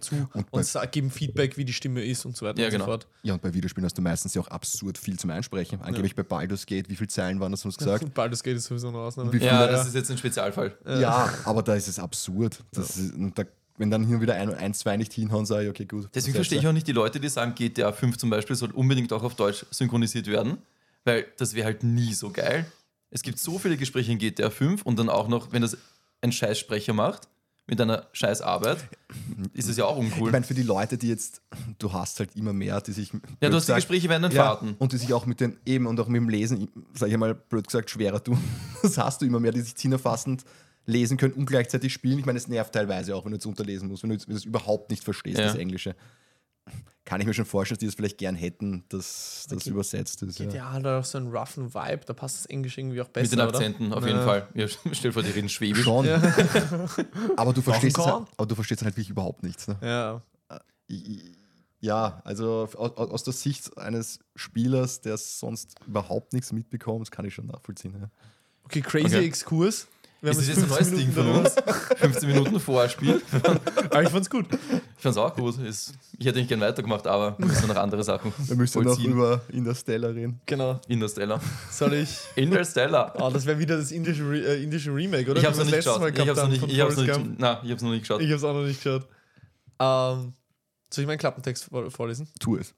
Speaker 2: zu und,
Speaker 3: bei-
Speaker 2: sa- geben Feedback, wie die Stimme ist und so weiter
Speaker 1: Ja,
Speaker 2: und
Speaker 1: genau.
Speaker 2: so fort.
Speaker 3: Ja, und bei Videospielen hast du meistens ja auch absurd viel zum Einsprechen. Angeblich bei Baldur's Gate, wie viele Zeilen waren das uns gesagt?
Speaker 2: Und beides geht ist sowieso eine Ausnahme.
Speaker 3: Wie-
Speaker 1: Ja,
Speaker 3: Ja.
Speaker 1: das ist jetzt ein Spezialfall.
Speaker 3: Ja, aber da ist es absurd. Das ist, und da, wenn dann hier wieder ein, ein, zwei nicht hinhauen, sage ich, okay, gut.
Speaker 1: Deswegen verstehe ich auch nicht die Leute, die sagen, GTA 5 zum Beispiel soll unbedingt auch auf Deutsch synchronisiert werden, weil das wäre halt nie so geil. Es gibt so viele Gespräche in GTA 5 und dann auch noch, wenn das ein Scheißsprecher macht, mit deiner scheiß Arbeit, ist es ja auch uncool.
Speaker 3: Ich meine, für die Leute, die jetzt, du hast halt immer mehr, die sich.
Speaker 1: ja,
Speaker 3: blöd
Speaker 1: du hast die
Speaker 3: gesagt-
Speaker 1: Gespräche werden dann
Speaker 3: Ja,
Speaker 1: Fahrten.
Speaker 3: Und die sich auch mit den, eben und auch mit dem Lesen, sage ich mal blöd gesagt, schwerer tun. Das hast du immer mehr, die sich zinnerfassend lesen können und gleichzeitig spielen. Ich meine, es nervt teilweise auch, wenn du jetzt unterlesen musst, wenn du jetzt- wenn du es überhaupt nicht verstehst,
Speaker 1: Ja.
Speaker 3: das Englische. Kann ich mir schon vorstellen, dass die das vielleicht gern hätten, dass das
Speaker 2: Okay.
Speaker 3: übersetzt ist. Ja.
Speaker 2: Ja, da auch so einen roughen Vibe, da passt das Englisch irgendwie auch besser.
Speaker 1: Mit den
Speaker 2: oder?
Speaker 1: Akzenten, auf
Speaker 2: Na,
Speaker 1: jeden Fall. Ja, stell dir vor, die reden Schwäbisch.
Speaker 3: Schon. aber, du verstehst es
Speaker 2: Waffen
Speaker 3: halt, aber du verstehst halt wirklich überhaupt nichts. Ne?
Speaker 2: Ja,
Speaker 3: I- i- Ja, also aus, aus der Sicht eines Spielers, der sonst überhaupt nichts mitbekommt, kann ich schon nachvollziehen. Ja.
Speaker 2: Okay, crazy
Speaker 1: Okay.
Speaker 2: Exkurs. Wir
Speaker 1: Ist das jetzt ein
Speaker 2: 15
Speaker 1: neues Ding
Speaker 2: Minuten
Speaker 1: von
Speaker 2: darüber.
Speaker 1: uns? 15 Minuten Vorspiel.
Speaker 2: Aber ich fand's gut.
Speaker 1: Ich fand's auch gut. Ist, ich hätte nicht gern weitergemacht, aber müssen wir noch andere Sachen
Speaker 3: Wir müssen noch
Speaker 1: vollziehen.
Speaker 3: über Interstellar reden.
Speaker 2: Genau.
Speaker 1: Interstellar.
Speaker 2: Soll ich.
Speaker 1: Interstellar.
Speaker 2: Ah, das wäre wieder das indische, Re äh, indische Remake, oder?
Speaker 1: Ich hab's
Speaker 2: Wie
Speaker 1: noch
Speaker 2: wir
Speaker 1: nicht
Speaker 2: das
Speaker 1: geschaut.
Speaker 2: letztes Mal
Speaker 1: Ich hab's
Speaker 2: gehabt
Speaker 1: noch
Speaker 2: haben
Speaker 1: nicht,
Speaker 2: von
Speaker 1: ich hab's noch
Speaker 2: Forrest Gump.
Speaker 1: nicht, na, ich hab's noch nicht geschaut.
Speaker 2: Ich hab's auch noch nicht geschaut. Ähm, soll ich meinen Klappentext vor vorlesen?
Speaker 3: Tu es.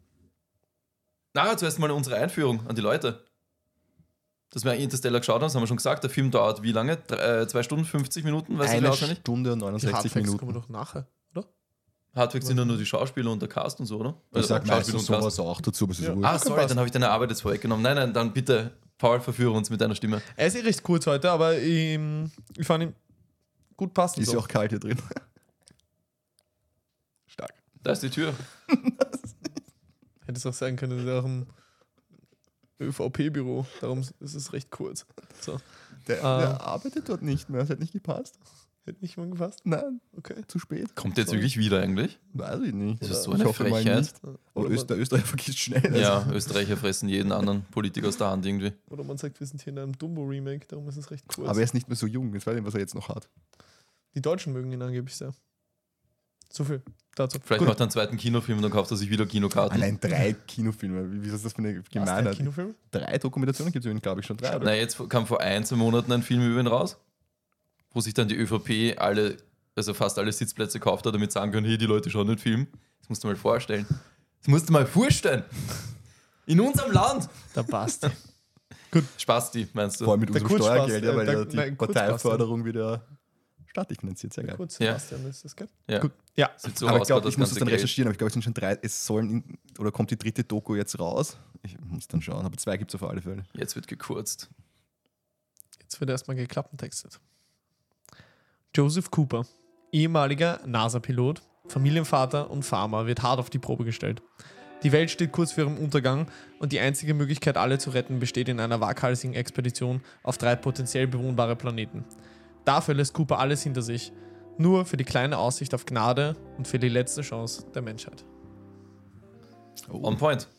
Speaker 1: Na, zuerst mal unsere Einführung an die Leute. Dass wir Interstellar geschaut haben, das haben wir schon gesagt. Der Film dauert wie lange? Drei, äh, zwei Stunden, 50 Minuten? Weißt du, wie
Speaker 3: Eine
Speaker 1: wahrscheinlich?
Speaker 3: Stunde und
Speaker 2: Die
Speaker 3: 69
Speaker 2: Hardfacts
Speaker 3: Minuten.
Speaker 2: kommen doch nachher, oder?
Speaker 1: Hartwig sind ja nur die Schauspieler und der Cast und so, oder? Also
Speaker 3: Ich sag meistens
Speaker 1: Cast.
Speaker 3: sowas auch dazu, aber es ist
Speaker 2: Ja.
Speaker 3: wurscht.
Speaker 1: Ah, sorry, dann habe ich deine Arbeit jetzt vorweggenommen. Nein, nein, dann bitte, Paul, verführe uns mit deiner Stimme.
Speaker 2: Er ist eh recht kurz heute, aber ähm, ich fand ihn gut passend.
Speaker 3: Ist
Speaker 2: so.
Speaker 3: ja auch kalt hier drin. Stark.
Speaker 1: Da ist die Tür.
Speaker 2: Hätte es auch sein können, das ist auch im ÖVP-Büro. Darum ist es recht kurz. So.
Speaker 3: Der,
Speaker 2: Ah.
Speaker 3: der arbeitet dort nicht mehr. Das hat nicht gepasst.
Speaker 2: Hätte nicht mal gepasst.
Speaker 3: Nein,
Speaker 2: Okay.
Speaker 3: zu spät.
Speaker 1: Kommt der jetzt wirklich wieder eigentlich?
Speaker 3: Weiß ich nicht.
Speaker 1: Das ist so
Speaker 3: ich
Speaker 1: eine Frechheit.
Speaker 3: Aber
Speaker 2: Oder
Speaker 3: Öster, Österreich vergisst schnell. Also
Speaker 1: Ja, Österreicher fressen jeden anderen Politiker aus der Hand irgendwie.
Speaker 2: Oder man sagt, wir sind hier in einem Dumbo-Remake, darum ist es recht kurz.
Speaker 3: Aber er ist nicht mehr so jung. Jetzt weiß ich, was er jetzt noch hat.
Speaker 2: die Deutschen mögen ihn angeblich sehr. So viel dazu.
Speaker 1: Vielleicht macht er einen zweiten Kinofilm und dann kauft er sich wieder Kinokarten.
Speaker 3: Allein drei Kinofilme. Wie, wie ist das für eine
Speaker 2: Was, der
Speaker 3: Gemeinheit?
Speaker 2: Kinofilm?
Speaker 3: Drei Dokumentationen gibt es über ihn, glaube ich, schon. Drei, oder?
Speaker 1: Na, jetzt kam vor ein, zwei Monaten ein Film über ihn raus, wo sich dann die ÖVP alle, also fast alle Sitzplätze gekauft hat, damit sagen können, hey, die Leute schauen den Film. Das musst du mal vorstellen. Das musst du mal vorstellen. In unserem Land.
Speaker 2: Der passt.
Speaker 1: Spasti, meinst
Speaker 3: Vor
Speaker 1: du?
Speaker 3: allem mit
Speaker 2: Der
Speaker 3: unserem
Speaker 2: Kurzspaß,
Speaker 3: Steuergeld, ja,
Speaker 2: äh,
Speaker 3: weil
Speaker 2: der-
Speaker 3: ja die
Speaker 2: nein, Kurzspaß,
Speaker 3: Parteiförderung wieder staatlich finanziert. Sehr geil.
Speaker 2: kurz,
Speaker 1: Ja.
Speaker 2: Sebastian, ist das gell?
Speaker 1: Ja.
Speaker 3: Gut.
Speaker 2: Ja.
Speaker 1: Sieht so
Speaker 3: aber ich
Speaker 1: aus,
Speaker 3: glaube,
Speaker 1: das
Speaker 3: ich muss es
Speaker 1: ganze
Speaker 3: dann
Speaker 1: Geld.
Speaker 3: recherchieren, aber ich glaube, es sind schon drei, es sollen, in, oder kommt die dritte Doku jetzt raus? Ich muss dann schauen, aber zwei gibt es auf alle Fälle.
Speaker 1: Jetzt wird gekürzt.
Speaker 2: Jetzt wird erstmal geklappentextet. Joseph Cooper, ehemaliger NASA-Pilot, Familienvater und Farmer, wird hart auf die Probe gestellt. Die Welt steht kurz vor ihrem Untergang und die einzige Möglichkeit, alle zu retten, besteht in einer waghalsigen Expedition auf drei potenziell bewohnbare Planeten. Dafür lässt Cooper alles hinter sich, nur für die kleine Aussicht auf Gnade und für die letzte Chance der Menschheit.
Speaker 1: On point.
Speaker 3: Oh,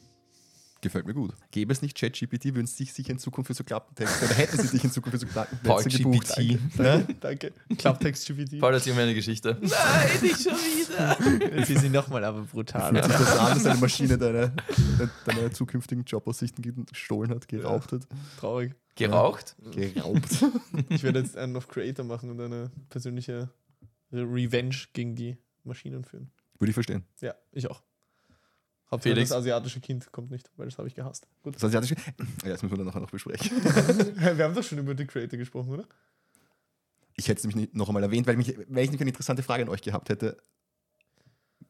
Speaker 3: Gefällt mir gut. Gäbe es nicht ChatGPT, würden sie dich sicher in Zukunft für so Klappentexte, oder hätten sie dich in Zukunft für so
Speaker 1: Paul
Speaker 3: Klappentexte gebucht.
Speaker 1: GPT.
Speaker 2: Danke. Klapptext-GPT.
Speaker 1: Paul, erzähl mir eine Geschichte. Nein, nicht schon wieder.
Speaker 2: Sie sind nochmal aber brutal.
Speaker 3: Fühlt sich das an, dass eine Maschine deine, deine zukünftigen Jobaussichten gestohlen hat, geraubt hat.
Speaker 2: Traurig.
Speaker 1: Geraucht?
Speaker 3: Geraubt.
Speaker 2: Ich werde jetzt einen auf Creator machen und eine persönliche Re Revenge gegen die Maschinen führen.
Speaker 3: Würde ich verstehen.
Speaker 2: Ja, ich auch. Hauptsache
Speaker 1: Felix?
Speaker 2: das asiatische Kind kommt nicht, weil das habe ich gehasst. Gut.
Speaker 3: Das asiatische. Ja, das müssen wir dann nachher noch besprechen.
Speaker 2: Wir haben doch schon über die Creator gesprochen, oder?
Speaker 3: Ich hätte es nämlich nicht noch einmal erwähnt, weil, mich, weil ich nämlich eine interessante Frage an euch gehabt hätte.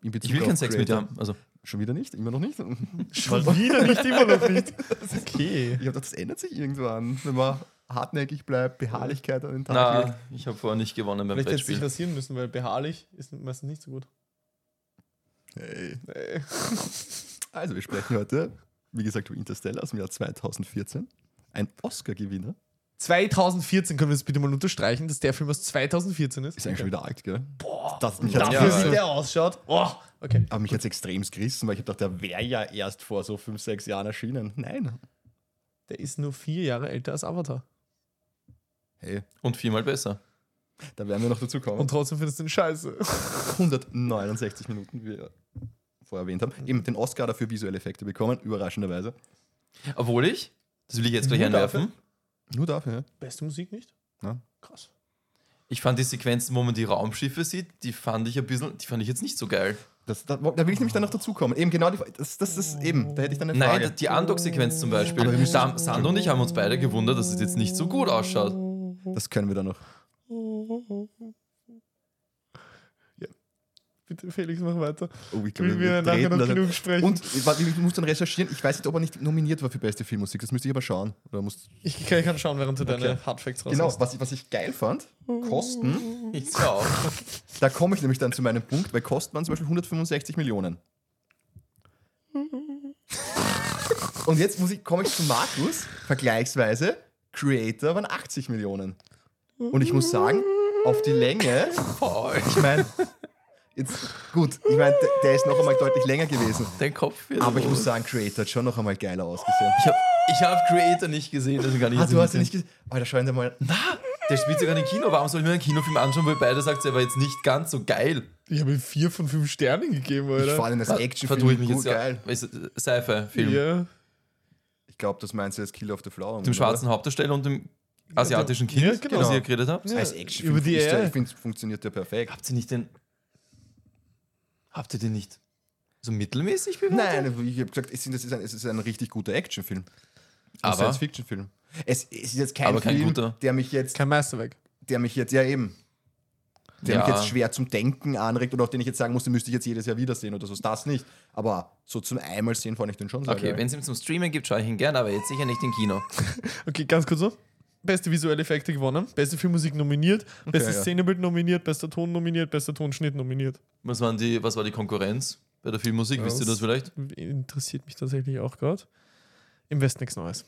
Speaker 3: In Bezug
Speaker 1: Ich will
Speaker 3: auf
Speaker 1: keinen Sex mit dir
Speaker 3: Creator.
Speaker 1: haben. Also,
Speaker 3: Schon wieder nicht? Immer noch nicht?
Speaker 2: Schon wieder nicht, immer noch nicht. Okay.
Speaker 3: Ich habe das ändert sich irgendwann, wenn man hartnäckig bleibt, Beharrlichkeit an den Tag legt.
Speaker 1: na, ich habe vorher nicht gewonnen beim
Speaker 2: Vielleicht hätte sich
Speaker 1: Brettspiel.
Speaker 2: rasieren müssen, weil beharrlich ist meistens nicht so gut.
Speaker 3: Hey.
Speaker 2: Äh,
Speaker 3: Also, wir sprechen heute, wie gesagt, über Interstellar aus dem Jahr 2014. Ein Oscar-Gewinner.
Speaker 2: 2014 können wir das bitte mal unterstreichen, dass der Film aus 2014 ist.
Speaker 3: Ist eigentlich schon wieder alt, gell?
Speaker 2: Boah,
Speaker 3: Das mich hat's
Speaker 2: dafür,
Speaker 1: Ja.
Speaker 2: wie der ausschaut. Boah, okay.
Speaker 3: aber mich hat es extrem gerissen, weil ich hab gedacht, der wäre ja erst vor so fünf, sechs Jahren erschienen. Nein.
Speaker 2: Der ist nur vier Jahre älter als Avatar.
Speaker 3: Hey,
Speaker 1: Und viermal besser.
Speaker 3: da werden wir noch dazu kommen.
Speaker 2: Und trotzdem findest du ihn scheiße.
Speaker 3: 169 Minuten, wie wir vorher erwähnt haben, eben den Oscar dafür visuelle Effekte bekommen, überraschenderweise.
Speaker 1: Obwohl ich, das will ich
Speaker 3: Mhm.
Speaker 1: jetzt gleich
Speaker 2: Nur
Speaker 1: einwerfen,
Speaker 3: Nur dafür,
Speaker 2: Beste Musik nicht?
Speaker 3: Ja.
Speaker 2: Krass.
Speaker 1: ich fand die Sequenzen, wo man die Raumschiffe sieht, die fand ich ein bisschen, die fand ich jetzt nicht so geil.
Speaker 3: Das, da, da will ich nämlich dann noch dazukommen. Eben genau die Das, das ist eben, da hätte ich dann eine Frage.
Speaker 1: Nein, die Andock-Sequenz zum Beispiel.
Speaker 3: Aber wir müssen-
Speaker 1: Sam, Sandro und ich haben uns beide gewundert, dass es jetzt nicht so gut ausschaut.
Speaker 3: das können wir dann noch.
Speaker 2: Bitte, Felix, mach weiter.
Speaker 3: Oh, ich
Speaker 2: Wir werden nachher
Speaker 3: treten
Speaker 2: noch
Speaker 3: das-
Speaker 2: genug sprechen.
Speaker 3: Und warte, ich muss dann recherchieren. Ich weiß nicht, ob er nicht nominiert war für beste Filmmusik. Das müsste ich aber schauen. Oder muss,
Speaker 2: ich kann, ich kann schauen, während du
Speaker 3: Okay.
Speaker 2: deine Hardfacts raus
Speaker 3: genau,
Speaker 2: hast.
Speaker 3: was ich, was ich geil fand, Kosten.
Speaker 1: Ich so auch.
Speaker 3: Da komme ich nämlich dann zu meinem Punkt, weil Kosten waren zum Beispiel 165 Millionen. Und jetzt muss ich, komme ich zu Markus, vergleichsweise, Creator waren 80 Millionen. Und ich muss sagen, auf die Länge
Speaker 1: Paul,
Speaker 3: Ich meine, jetzt gut, ich meine, der, der ist noch einmal deutlich länger gewesen.
Speaker 1: dein Kopf wird
Speaker 3: Aber ich
Speaker 1: rot.
Speaker 3: muss sagen, Creator hat schon noch einmal geiler ausgesehen.
Speaker 1: Ich hab, ich hab Creator nicht gesehen, deswegen kann ich
Speaker 3: Ah,
Speaker 1: jetzt
Speaker 3: du hast ihn nicht gesehen. Alter, schau ihn dir mal.
Speaker 1: Der spielt sogar in den Kino. Warum soll ich mir einen Kinofilm anschauen, wo ihr beide sagt, er war jetzt nicht ganz so geil?
Speaker 2: Ich habe ihm vier von fünf Sternen gegeben,
Speaker 3: Ich vor
Speaker 2: Alter.
Speaker 3: allem das Actionfilm.
Speaker 1: Vertue ich mich
Speaker 3: gut,
Speaker 1: jetzt
Speaker 3: geil.
Speaker 1: ja. Ist, äh, Sci-Fi-Film.
Speaker 2: Ja.
Speaker 3: Ich glaube, das meinst du jetzt Kill of the Flower. Moon,
Speaker 1: Mit Dem schwarzen Hauptdarsteller und dem asiatischen Kind,
Speaker 2: Ja, genau.
Speaker 1: was ihr geredet habt.
Speaker 3: oder?
Speaker 2: Ja.
Speaker 3: Als Actionfilm.
Speaker 2: Über die
Speaker 3: ist der,
Speaker 2: AI.
Speaker 3: ich finde, funktioniert der perfekt.
Speaker 1: Habt ihr nicht den. Habt ihr den nicht so mittelmäßig bewertet?
Speaker 3: Nein, ich habe gesagt, es sind- es ist, ein, es ist ein richtig guter Actionfilm. Ein
Speaker 1: Aber-
Speaker 3: Science-Fiction-Film. Es, es ist jetzt kein,
Speaker 1: Aber kein
Speaker 3: Film,
Speaker 1: guter.
Speaker 3: der mich jetzt
Speaker 2: Kein Meisterwerk.
Speaker 3: der mich jetzt, ja eben, der
Speaker 1: Ja.
Speaker 3: mich jetzt schwer zum Denken anregt oder auch den ich jetzt sagen musste, müsste ich jetzt jedes Jahr wiedersehen oder so, das nicht. Aber so zum einmal sehen fand ich den schon sehr
Speaker 1: Okay,
Speaker 3: geil.
Speaker 1: wenn es ihn zum Streamen gibt, schaue ich ihn gerne, aber jetzt sicher nicht im Kino.
Speaker 2: Okay, ganz kurz noch. Beste visuelle Effekte gewonnen, beste Filmmusik nominiert, bestes
Speaker 3: ja.
Speaker 2: Szenebild nominiert, bester Ton nominiert, bester Tonschnitt nominiert.
Speaker 1: Was, waren die, was war die Konkurrenz bei der Filmmusik? Wisst ihr das vielleicht?
Speaker 2: Interessiert mich tatsächlich auch gerade. Im Westen nichts Neues.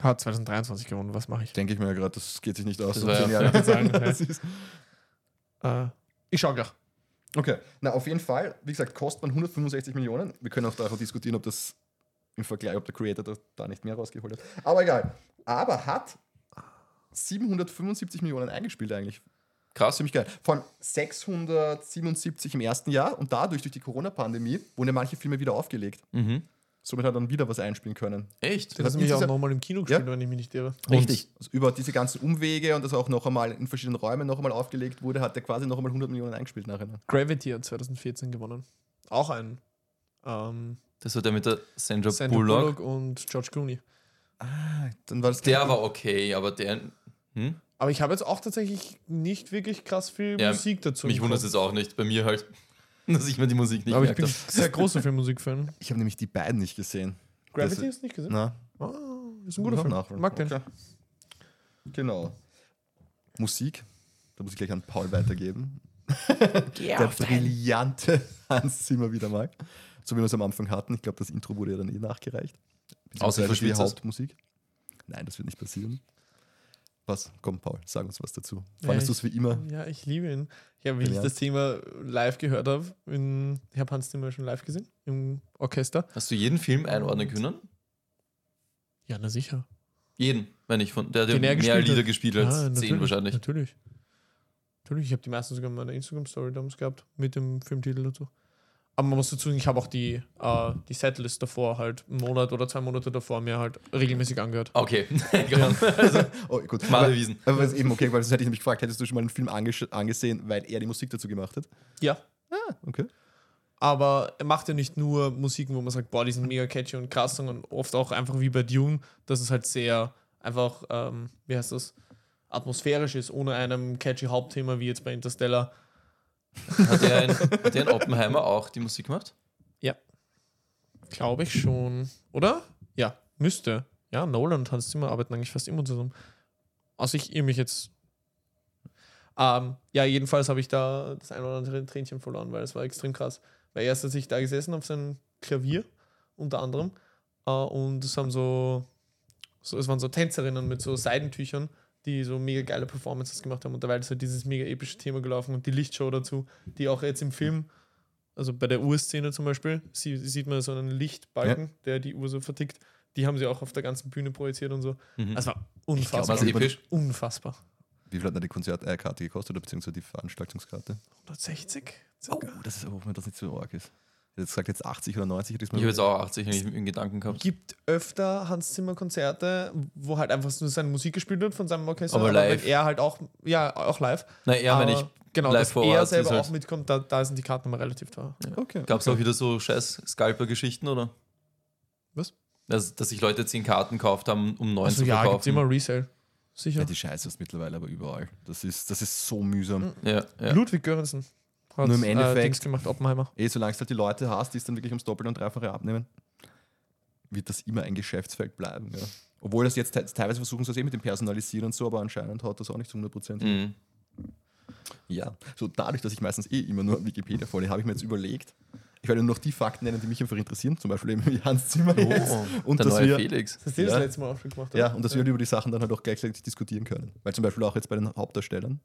Speaker 2: Hat 2023 gewonnen, was mache ich?
Speaker 3: Denke ich mir ja gerade, das geht sich nicht aus.
Speaker 1: Das
Speaker 3: so
Speaker 1: war
Speaker 3: zehn
Speaker 1: ja-
Speaker 3: Jahre.
Speaker 2: Sagen,
Speaker 3: Das ist-
Speaker 2: Äh, ich schau gleich.
Speaker 3: okay, na auf jeden Fall, wie gesagt, kostet man 165 Millionen. Wir können auch darüber diskutieren, ob das im Vergleich, ob der Creator da, da nicht mehr rausgeholt hat. Aber egal. Aber hat 775 Millionen eingespielt eigentlich.
Speaker 1: Krass.
Speaker 3: ziemlich geil. Vor allem 677 im ersten Jahr und dadurch durch die Corona-Pandemie wurden ja manche Filme wieder aufgelegt.
Speaker 1: Mhm.
Speaker 3: Somit hat er dann wieder was einspielen können.
Speaker 1: Echt?
Speaker 2: Das
Speaker 3: Das
Speaker 2: hat mich auch
Speaker 3: insgesamt-
Speaker 2: nochmal im Kino gespielt,
Speaker 3: Ja.
Speaker 2: wenn ich mich nicht irre.
Speaker 1: Richtig.
Speaker 3: Und also über diese ganzen Umwege und dass er auch noch einmal in verschiedenen Räumen noch einmal aufgelegt wurde, hat er quasi noch einmal 100 Millionen eingespielt nachher.
Speaker 2: Gravity hat 2014 gewonnen. Auch ein ähm,
Speaker 1: Das war der mit der Sandra,
Speaker 2: Sandra
Speaker 1: Bullock.
Speaker 2: Bullock und George Clooney.
Speaker 3: Dann war das
Speaker 1: Ah, Der war okay, aber der. Hm?
Speaker 2: Aber ich habe jetzt auch tatsächlich nicht wirklich krass viel
Speaker 1: Ja,
Speaker 2: Musik dazu.
Speaker 1: Mich wundert es jetzt auch nicht. Bei mir halt, dass ich mir die Musik nicht
Speaker 2: Aber ich
Speaker 1: merke.
Speaker 2: bin sehr großer Filmmusik-Fan.
Speaker 3: Ich habe nämlich die beiden nicht gesehen.
Speaker 2: Gravity
Speaker 3: Das-
Speaker 2: hast du nicht gesehen?
Speaker 3: Na,
Speaker 2: Ah, ist ein guter
Speaker 3: Ja,
Speaker 2: Film.
Speaker 3: nachholen.
Speaker 2: Mag den.
Speaker 3: Okay. Genau. Musik. Da muss ich gleich an Paul weitergeben. der brillante Hans Zimmer wieder mal. So wie wir es am Anfang hatten. Ich glaube, das Intro wurde ja dann eh nachgereicht.
Speaker 1: Außer du
Speaker 3: Beziehungsweise die
Speaker 1: verschwitzt es.
Speaker 3: Hauptmusik. Nein, das wird nicht passieren. Was? Komm, Paul, sag uns was dazu.
Speaker 2: Ja,
Speaker 3: Fandest
Speaker 2: ich-
Speaker 3: du es wie immer?
Speaker 2: Ja, ich liebe ihn. Ja, wie ich
Speaker 3: Ja.
Speaker 2: das Thema live gehört habe, in, ich habe Hans Zimmer schon live gesehen im Orchester.
Speaker 1: Hast du jeden Film einordnen können?
Speaker 2: Ja, na sicher.
Speaker 1: Jeden, wenn ich von. Der hat ja
Speaker 2: Den er
Speaker 1: mehr
Speaker 2: gespielt hat.
Speaker 1: Lieder gespielt als
Speaker 2: Ah,
Speaker 1: zehn wahrscheinlich.
Speaker 2: Natürlich. Natürlich, ich habe die meisten sogar in meiner Instagram-Story damals gehabt, mit dem Filmtitel dazu. Aber man muss dazu sagen, ich habe auch die, äh, die Setlist davor halt einen Monat oder zwei Monate davor mir halt regelmäßig angehört.
Speaker 1: Okay, egal. also,
Speaker 3: Oh, gut.
Speaker 1: Mal
Speaker 3: Aber-
Speaker 1: erwiesen.
Speaker 3: Aber was eben, okay, weil das hätte ich nämlich gefragt. Hättest du schon mal einen Film angesch- angesehen, weil er die Musik dazu gemacht hat?
Speaker 2: Ja.
Speaker 3: Ah, okay.
Speaker 2: Aber er macht ja nicht nur Musiken, wo man sagt, boah, die sind mega catchy und krass, sondern oft auch einfach wie bei Dune, dass es halt sehr einfach, ähm, wie heißt das, atmosphärisch ist, ohne einem catchy Hauptthema wie jetzt bei Interstellar.
Speaker 1: Hat der, in, hat der in Oppenheimer auch die Musik gemacht?
Speaker 2: Glaube ich schon. Oder? Ja, müsste. Ja, Nolan und Hans Zimmer arbeiten eigentlich fast immer zusammen. Also ich irre mich jetzt. Ähm, ja, jedenfalls habe ich da das ein oder andere Tränchen verloren, weil es war extrem krass. Weil erst hat ich da gesessen auf seinem Klavier, unter anderem, äh, und es haben so, so, es waren so Tänzerinnen mit so Seidentüchern, die so mega geile Performances gemacht haben. Und dabei ist halt dieses mega epische Thema gelaufen und die Lichtshow dazu, die auch jetzt im Film also bei der Uhr-Szene zum Beispiel, sie, sieht man so einen Lichtbalken, der die Uhr so vertickt. Die haben sie auch auf der ganzen Bühne projiziert und so.
Speaker 1: Mhm.
Speaker 2: Das war
Speaker 1: War
Speaker 2: unfassbar.
Speaker 1: das episch?
Speaker 2: unfassbar.
Speaker 3: Wie viel hat denn die Konzertkarte gekostet oder beziehungsweise die Veranstaltungskarte?
Speaker 2: 160?
Speaker 3: Oh, das ist aber, wenn das nicht so arg ist. Ich hätte jetzt gesagt, jetzt 80 oder 90 hätte ich
Speaker 1: Ich habe jetzt auch 80 eigentlich in Gedanken gehabt.
Speaker 2: Gibt öfter Hans Zimmer Konzerte, wo halt einfach nur seine Musik gespielt wird von seinem Orchester,
Speaker 1: Aber
Speaker 2: wenn
Speaker 1: live.
Speaker 2: er halt auch, ja, auch live.
Speaker 1: Nein, ja, wenn
Speaker 2: Aber
Speaker 1: ich.
Speaker 2: genau,
Speaker 1: live
Speaker 2: dass
Speaker 1: vor
Speaker 2: er
Speaker 1: Ort
Speaker 2: selber
Speaker 1: ist halt-
Speaker 2: auch mitkommt, da, da sind die Karten immer relativ teuer.
Speaker 3: Okay.
Speaker 1: Gab es auch wieder so scheiß Scalper-Geschichten, oder?
Speaker 2: Was?
Speaker 1: Dass, dass sich Leute 10 Karten gekauft haben, um 9
Speaker 2: Also
Speaker 1: zu
Speaker 2: ja, gibt es
Speaker 1: verkaufen.
Speaker 2: immer Resale. Sicher.
Speaker 3: Ja, die Scheiße ist mittlerweile aber überall. Das ist, das ist so mühsam.
Speaker 1: ja, ja.
Speaker 2: Ludwig Göransson. Hat,
Speaker 3: Nur im Endeffekt-
Speaker 2: Äh, Dings gemacht, Oppenheimer.
Speaker 3: Eh, solange es halt die Leute hast, die es dann wirklich ums Doppel- und Dreifache abnehmen, wird das immer ein Geschäftsfeld bleiben. Ja. Obwohl das jetzt te teilweise versuchen sie es eh mit dem Personalisieren und so, aber anscheinend haut das auch nicht zu 100 Prozent.
Speaker 1: Mhm.
Speaker 3: Ja, so dadurch, dass ich meistens eh immer nur Wikipedia vorlege, habe ich mir jetzt überlegt, ich werde nur noch die Fakten nennen, die mich einfach interessieren, zum Beispiel eben wie Hans Zimmer
Speaker 2: Oh.
Speaker 3: jetzt. Und
Speaker 1: der
Speaker 3: dass
Speaker 1: neue
Speaker 3: wir,
Speaker 1: Felix.
Speaker 2: Das hast du eh das
Speaker 3: Ja.
Speaker 2: letzte Mal auch schon gemacht.
Speaker 3: ja,
Speaker 2: oder?
Speaker 3: und dass wir über die Sachen dann halt auch gleichzeitig diskutieren können. Weil zum Beispiel auch jetzt bei den Hauptdarstellern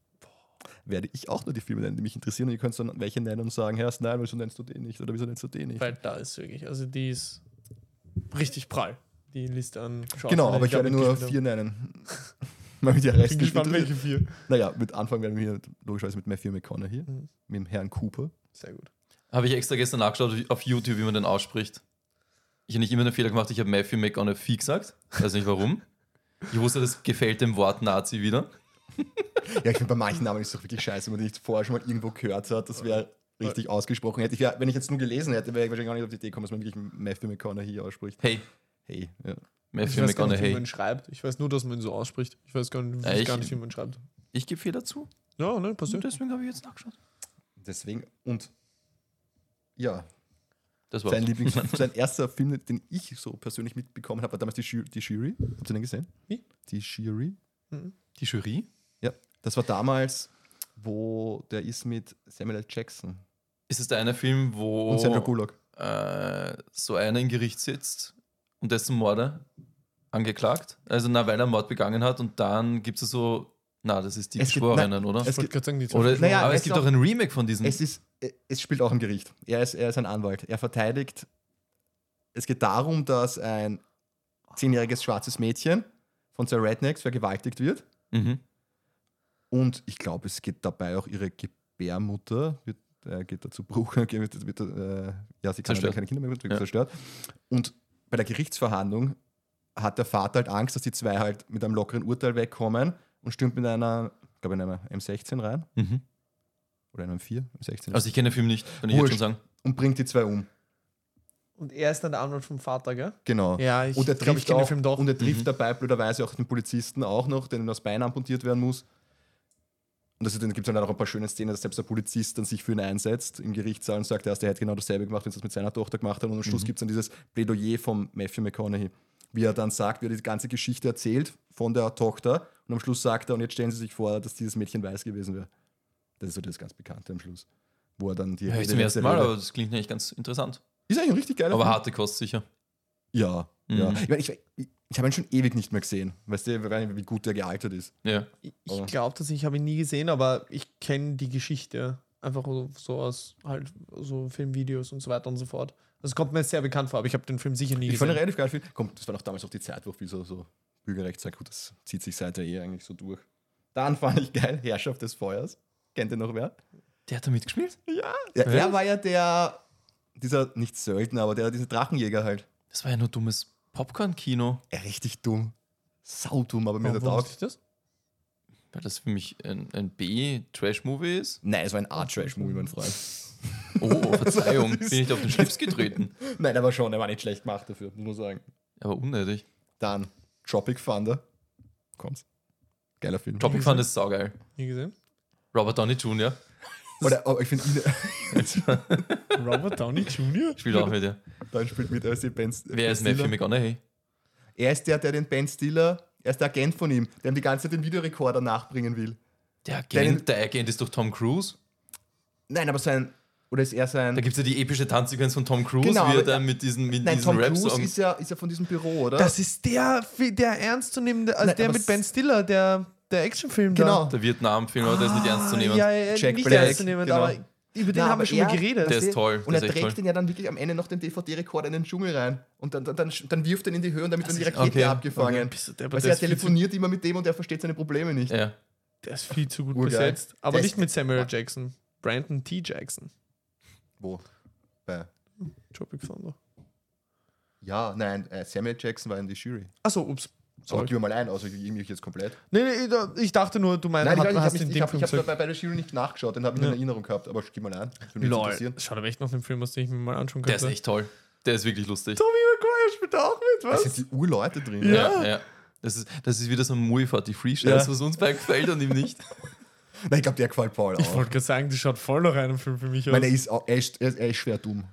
Speaker 3: werde ich auch nur die Filme nennen, die mich interessieren und ihr könnt dann welche nennen und sagen, Herr, nein, wieso nennst du den nicht oder wieso nennst du den nicht?
Speaker 2: Weil da ist wirklich, also die ist richtig prall, die Liste an Schauspielern.
Speaker 3: Genau, aber ich
Speaker 2: glaub,
Speaker 3: werde nur
Speaker 2: mitgespielt
Speaker 3: vier nennen. Weil mit der Rest
Speaker 2: haben. Bin gespannt,
Speaker 3: gespielt
Speaker 2: welche vier.
Speaker 3: wird. Naja, mit Anfang werden wir logischerweise mit Matthew McConaughey,
Speaker 2: Mhm.
Speaker 3: mit dem Herrn Cooper.
Speaker 2: Sehr gut.
Speaker 1: Habe ich extra gestern nachgeschaut wie- auf YouTube, wie man den ausspricht. Ich habe nicht immer den Fehler gemacht, ich habe Matthew McConaughey gesagt. Weiß nicht warum. Ich wusste, das gefällt dem Wort Nazi wieder.
Speaker 3: Ja, ich finde bei manchen Namen ist es doch wirklich scheiße, wenn man die nicht vorher schon mal irgendwo gehört hat. Das wäre richtig ausgesprochen. Hätte ich, ja- wenn ich jetzt nur gelesen hätte, wäre ich wahrscheinlich auch nicht auf die Idee gekommen, dass man wirklich Matthew McConaughey ausspricht.
Speaker 1: Hey,
Speaker 3: Hey, ja.
Speaker 2: Ich
Speaker 1: Matthew
Speaker 2: weiß gar nicht, wie
Speaker 1: McConaughey.
Speaker 2: man schreibt. Ich weiß nur, dass man ihn so ausspricht. Ich weiß gar nicht,
Speaker 1: Ja,
Speaker 2: ich
Speaker 1: ich-
Speaker 2: gar nicht wie man schreibt.
Speaker 1: Ich gebe Fehler zu.
Speaker 2: Ja, ne,
Speaker 1: Und
Speaker 2: passiert.
Speaker 1: deswegen habe ich jetzt nachgeschaut.
Speaker 3: Deswegen und ja,
Speaker 1: Das war's.
Speaker 3: sein Lieblings, sein erster Film, den ich so persönlich mitbekommen habe, war damals die, Shir die Shiri. Habt ihr den gesehen?
Speaker 2: Wie?
Speaker 3: Die Shiri.
Speaker 2: Mhm.
Speaker 1: Die Jury?
Speaker 3: Ja, das war damals, wo der ist mit Samuel L. Jackson
Speaker 1: Ist es der eine Film, wo
Speaker 3: und Sandra Bullock.
Speaker 1: äh, so einer im Gericht sitzt und dessen Morde angeklagt? Also, na, weil er Mord begangen hat und dann gibt es so, na, das ist die
Speaker 3: Es gibt-
Speaker 1: Geschworenen, oder?
Speaker 2: Ich
Speaker 3: Es
Speaker 2: wollte
Speaker 3: gibt-
Speaker 2: gerade sagen, die zwei
Speaker 1: oder
Speaker 3: Naja,
Speaker 1: aber es
Speaker 3: es
Speaker 1: gibt
Speaker 3: auch-
Speaker 1: auch ein Remake von diesem.
Speaker 3: Es, ist, äh, es spielt auch im Gericht. Er ist, er ist ein Anwalt. Er verteidigt. Es geht darum, dass ein zehnjähriges schwarzes Mädchen von zwei Rednecks vergewaltigt wird.
Speaker 1: Mhm.
Speaker 3: Und ich glaube, es geht dabei auch ihre Gebärmutter, wird, äh, geht dazu Bruch, wird, wird, äh, ja, sie kann
Speaker 1: Zerstört.
Speaker 3: zerstört. keine Kinder mehr wird
Speaker 1: Ja.
Speaker 3: zerstört. Und bei der Gerichtsverhandlung hat der Vater halt Angst, dass die zwei halt mit einem lockeren Urteil wegkommen und stürmt mit einer, ich glaube, in einer M16 rein
Speaker 1: Mhm.
Speaker 3: oder in einem 4, M16
Speaker 1: Also, ich kenne den Film nicht, kann ich jetzt
Speaker 3: Wurscht.
Speaker 1: schon sagen.
Speaker 3: und bringt die zwei um.
Speaker 2: Und er ist dann der Anwalt vom Vater, gell?
Speaker 3: Genau.
Speaker 2: Ja, ich
Speaker 3: und er
Speaker 2: glaub, ich
Speaker 3: trifft,
Speaker 2: kenn den
Speaker 3: auch,
Speaker 2: Film doch.
Speaker 3: Und er trifft
Speaker 1: Mhm.
Speaker 3: dabei blöderweise auch den Polizisten auch noch, den das Bein amputiert werden muss. Und das, dann gibt es dann auch ein paar schöne Szenen, dass selbst der Polizist dann sich für ihn einsetzt im Gerichtssaal und sagt, er er hätte genau dasselbe gemacht, wie er das mit seiner Tochter gemacht hat. Und am
Speaker 1: Mhm.
Speaker 3: Schluss gibt es dann dieses Plädoyer vom Matthew McConaughey, wie er dann sagt, wie er die ganze Geschichte erzählt von der Tochter. Und am Schluss sagt er, und jetzt stellen Sie sich vor, dass dieses Mädchen weiß gewesen wäre. Das ist so das ganz Bekannte am Schluss. Wo er dann die
Speaker 1: Hör ich
Speaker 3: Rede
Speaker 1: zum
Speaker 3: der
Speaker 1: ersten Mal,
Speaker 3: Rede-
Speaker 1: aber das klingt eigentlich ganz interessant.
Speaker 3: Ist eigentlich ein richtig geiler
Speaker 1: Aber
Speaker 3: Film.
Speaker 1: harte Kost sicher.
Speaker 3: Ja,
Speaker 1: Mhm.
Speaker 3: ja. Ich, mein, ich, ich, ich habe ihn schon ewig nicht mehr gesehen. Weißt du, ich weiß nicht, wie gut der gealtert ist.
Speaker 1: Ja.
Speaker 2: Ich,
Speaker 3: Aber-
Speaker 2: ich glaube, dass ich habe ihn nie gesehen, aber ich kenne die Geschichte. Einfach so- so aus halt so Filmvideos und so weiter und so fort. Das kommt mir sehr bekannt vor, aber ich habe den Film sicher nie
Speaker 3: Ich fand ihn
Speaker 2: gesehen.
Speaker 3: relativ geil. Viel. Komm, das war doch damals auch die Zeit, wo viel so, so Bürgerrecht sagt, gut, das zieht sich seit der Ehe eigentlich so durch. Dann fand ich geil, Herrschaft des Feuers. Kennt ihr noch wer?
Speaker 1: Der hat da mitgespielt?
Speaker 3: Ja,
Speaker 1: Wer?
Speaker 3: Er war ja der, dieser, nicht Söldner, aber der, dieser Drachenjäger halt.
Speaker 1: Das war ja nur dummes Popcorn-Kino,
Speaker 3: Ja, richtig dumm. Saudumm, aber mir hat er
Speaker 2: Warum wusste
Speaker 3: taugt.
Speaker 2: ich das?
Speaker 1: weil das für mich ein, ein B-Trash-Movie ist.
Speaker 3: Nein, es war ein Art-Trash-Movie, mein Freund.
Speaker 1: Oh, Verzeihung,
Speaker 3: Das ist-
Speaker 1: bin ich auf den Schlips getreten.
Speaker 3: Nein, aber schon, er war nicht schlecht gemacht dafür, muss man sagen.
Speaker 1: Aber unnötig.
Speaker 3: Dann Tropic Thunder. Kommt's. Geiler Film.
Speaker 1: Tropic Fun ist saugeil.
Speaker 2: Nie gesehen?
Speaker 1: Robert Downey Jr.
Speaker 3: Oder, oh, ich finde ihn,
Speaker 2: Robert Downey Jr.?
Speaker 1: spielt auch mit, ja.
Speaker 3: dann spielt mit, er ist, ben,
Speaker 1: Wer ist Matthew McConaughey?
Speaker 3: Er ist der, der den Ben Stiller, er ist der Agent von ihm, der ihm die ganze Zeit den Videorekorder nachbringen will.
Speaker 1: Der Agent, der Agent ist doch Tom Cruise.
Speaker 3: Nein, aber sein, oder ist er sein,
Speaker 1: Da gibt es ja die epische Tanzsequenz von Tom Cruise,
Speaker 3: Genau,
Speaker 1: wie er
Speaker 3: aber-
Speaker 1: dann mit diesen, mit
Speaker 3: nein,
Speaker 1: diesen
Speaker 3: Tom Cruise
Speaker 1: Rap-Song.
Speaker 3: ist ja, ist ja von diesem Büro, oder?
Speaker 2: Das ist der, der ernstzunehmende, also
Speaker 3: Nein,
Speaker 2: der
Speaker 3: aber
Speaker 2: mit
Speaker 3: s-
Speaker 2: Ben Stiller, der, der Actionfilm
Speaker 3: Genau.
Speaker 2: da.
Speaker 1: Der Vietnam-Film, aber der ist nicht ernst zu nehmen.
Speaker 2: Ah, Ja, ja,
Speaker 3: Jack
Speaker 2: nicht
Speaker 3: Black,
Speaker 2: ernst zu nehmen,
Speaker 3: genau.
Speaker 2: aber über den
Speaker 3: Nein,
Speaker 2: haben
Speaker 3: aber
Speaker 2: wir schon mal
Speaker 3: er-
Speaker 2: geredet.
Speaker 1: Der ist toll.
Speaker 3: und
Speaker 1: der ist
Speaker 3: er
Speaker 1: echt toll.
Speaker 3: trägt ihn ja dann wirklich am Ende noch den DVD-Rekorder in den Dschungel rein. Und dann, dann, dann, dann wirft er ihn in die Höhe und damit wird die Rakete
Speaker 1: okay,
Speaker 3: abgefangen.
Speaker 2: Bist du der,
Speaker 3: Weil
Speaker 2: der,
Speaker 3: er
Speaker 2: ist viel zu,
Speaker 3: telefoniert immer mit dem und er versteht seine Probleme nicht.
Speaker 1: Ja.
Speaker 2: der ist viel zu gut
Speaker 3: Urgeil.
Speaker 2: besetzt. Aber
Speaker 3: Der
Speaker 2: nicht
Speaker 3: ist-
Speaker 2: mit Samuel L. Jackson. Brandon T. Jackson.
Speaker 3: Wo? Bei.
Speaker 2: Tropic Thunder.
Speaker 3: Ja, nein, äh, Samuel Jackson war in die Jury.
Speaker 2: Achso, ups.
Speaker 3: So,
Speaker 2: Sorry.
Speaker 3: gib mir mal ein, also ich irgendwie jetzt komplett.
Speaker 2: Nee, nee, da- ich dachte nur, du meinst,
Speaker 3: Nein, ich,
Speaker 2: hat-
Speaker 3: weiß nicht, ich
Speaker 2: hast
Speaker 3: habe
Speaker 2: den
Speaker 3: ich
Speaker 2: Ding
Speaker 3: hab,
Speaker 2: vom
Speaker 3: ich hab
Speaker 2: Zeug.
Speaker 3: bei der Jury nicht nachgeschaut, den habe ich
Speaker 2: Ja.
Speaker 3: in Erinnerung gehabt, aber gib mal ein. Das würde mich
Speaker 2: Lol.
Speaker 3: interessieren.
Speaker 2: Schaut aber echt noch einen Film aus, den ich mir mal anschauen
Speaker 1: Der
Speaker 2: könnte.
Speaker 1: ist echt toll. Der ist wirklich lustig.
Speaker 2: Tommy McGuire spielt auch mit,
Speaker 3: Da
Speaker 2: was?
Speaker 3: sind die Urleute drin.
Speaker 2: Ja.
Speaker 1: Ja, ja. Das ist, das ist wieder so ein Movie for the Free Scheiß,
Speaker 3: Ja.
Speaker 1: was uns beiden gefällt und ihm nicht.
Speaker 3: Nein, ich glaube, der gefällt Paul
Speaker 2: Ich
Speaker 3: auch.
Speaker 2: wollte gerade sagen, die schaut voll nach einem Film für mich
Speaker 3: Ich
Speaker 2: aus.
Speaker 3: meine, er ist, auch, er, ist, er ist- er ist schwer dumm.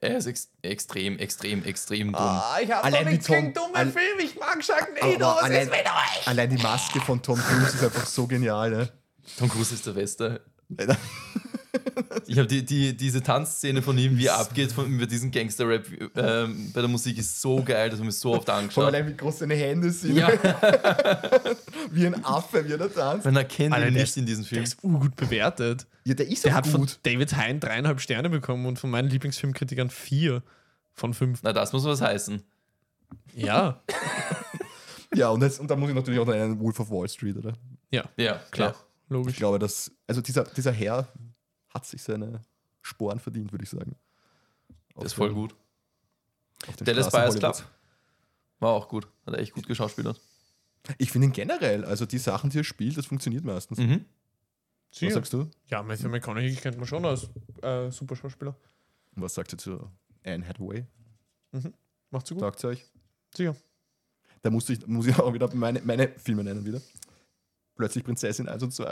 Speaker 1: Er ist ex extrem, extrem, extrem dumm.
Speaker 2: ah, ich habe
Speaker 3: Allein
Speaker 2: doch
Speaker 3: die
Speaker 2: nichts gegen
Speaker 3: Tom-
Speaker 2: dumme
Speaker 3: al-
Speaker 2: Filme. Ich mag
Speaker 3: Aber
Speaker 2: Sharknado. Was
Speaker 3: allein,
Speaker 2: ist mit euch?
Speaker 3: allein die Maske von Tom Cruise ist einfach so genial. Ne?
Speaker 1: Tom Cruise ist der Beste. Ich habe die, die, diese Tanzszene von ihm, wie er abgeht von, über diesen Gangster-Rap ähm, bei der Musik, ist so geil, dass man es so oft
Speaker 3: Vor allem
Speaker 1: angeschaut.
Speaker 3: allein, wie groß seine Hände sind.
Speaker 1: Ja,
Speaker 3: Wie ein Affe, wie er da tanzt.
Speaker 1: man erkennt
Speaker 2: Allein
Speaker 1: ihn
Speaker 2: der-
Speaker 1: nicht in diesem Film.
Speaker 2: Der ist urgut bewertet.
Speaker 3: Ja, der ist
Speaker 2: Der
Speaker 3: auch
Speaker 2: hat von
Speaker 3: gut.
Speaker 2: David Hein dreieinhalb Sterne bekommen und von meinen Lieblingsfilmkritikern vier von fünf.
Speaker 1: Na, das muss was heißen.
Speaker 2: Ja,
Speaker 3: Ja, und, jetzt, und dann muss ich natürlich auch noch einen Wolf of Wall Street, oder?
Speaker 2: ja,
Speaker 1: Ja,
Speaker 2: klar.
Speaker 1: klar.
Speaker 3: Ich
Speaker 2: Logisch.
Speaker 3: glaube, dass, also dieser, dieser Herr hat sich seine Sporen verdient, würde ich sagen. Auf
Speaker 1: Das ist voll
Speaker 3: den-
Speaker 1: gut.
Speaker 3: auf den
Speaker 1: Dallas
Speaker 3: Straßen
Speaker 1: Buyers
Speaker 3: Hollywoods.
Speaker 1: Club war auch gut. Hat er echt gut geschauspielert.
Speaker 3: Ich finde ihn generell, also die Sachen, die er spielt, das funktioniert meistens.
Speaker 1: Mhm.
Speaker 3: Was
Speaker 2: Sicher.
Speaker 3: sagst du?
Speaker 2: Ja, Matthew McConaughey kennt man schon als äh, super Schauspieler.
Speaker 3: Und was sagt ihr zu Anne Hathaway?
Speaker 2: Macht's gut.
Speaker 3: Sagt euch?
Speaker 2: Sicher.
Speaker 3: Da musste ich, muss ich auch wieder meine, meine Filme nennen wieder. Plötzlich Prinzessin 1 und 2.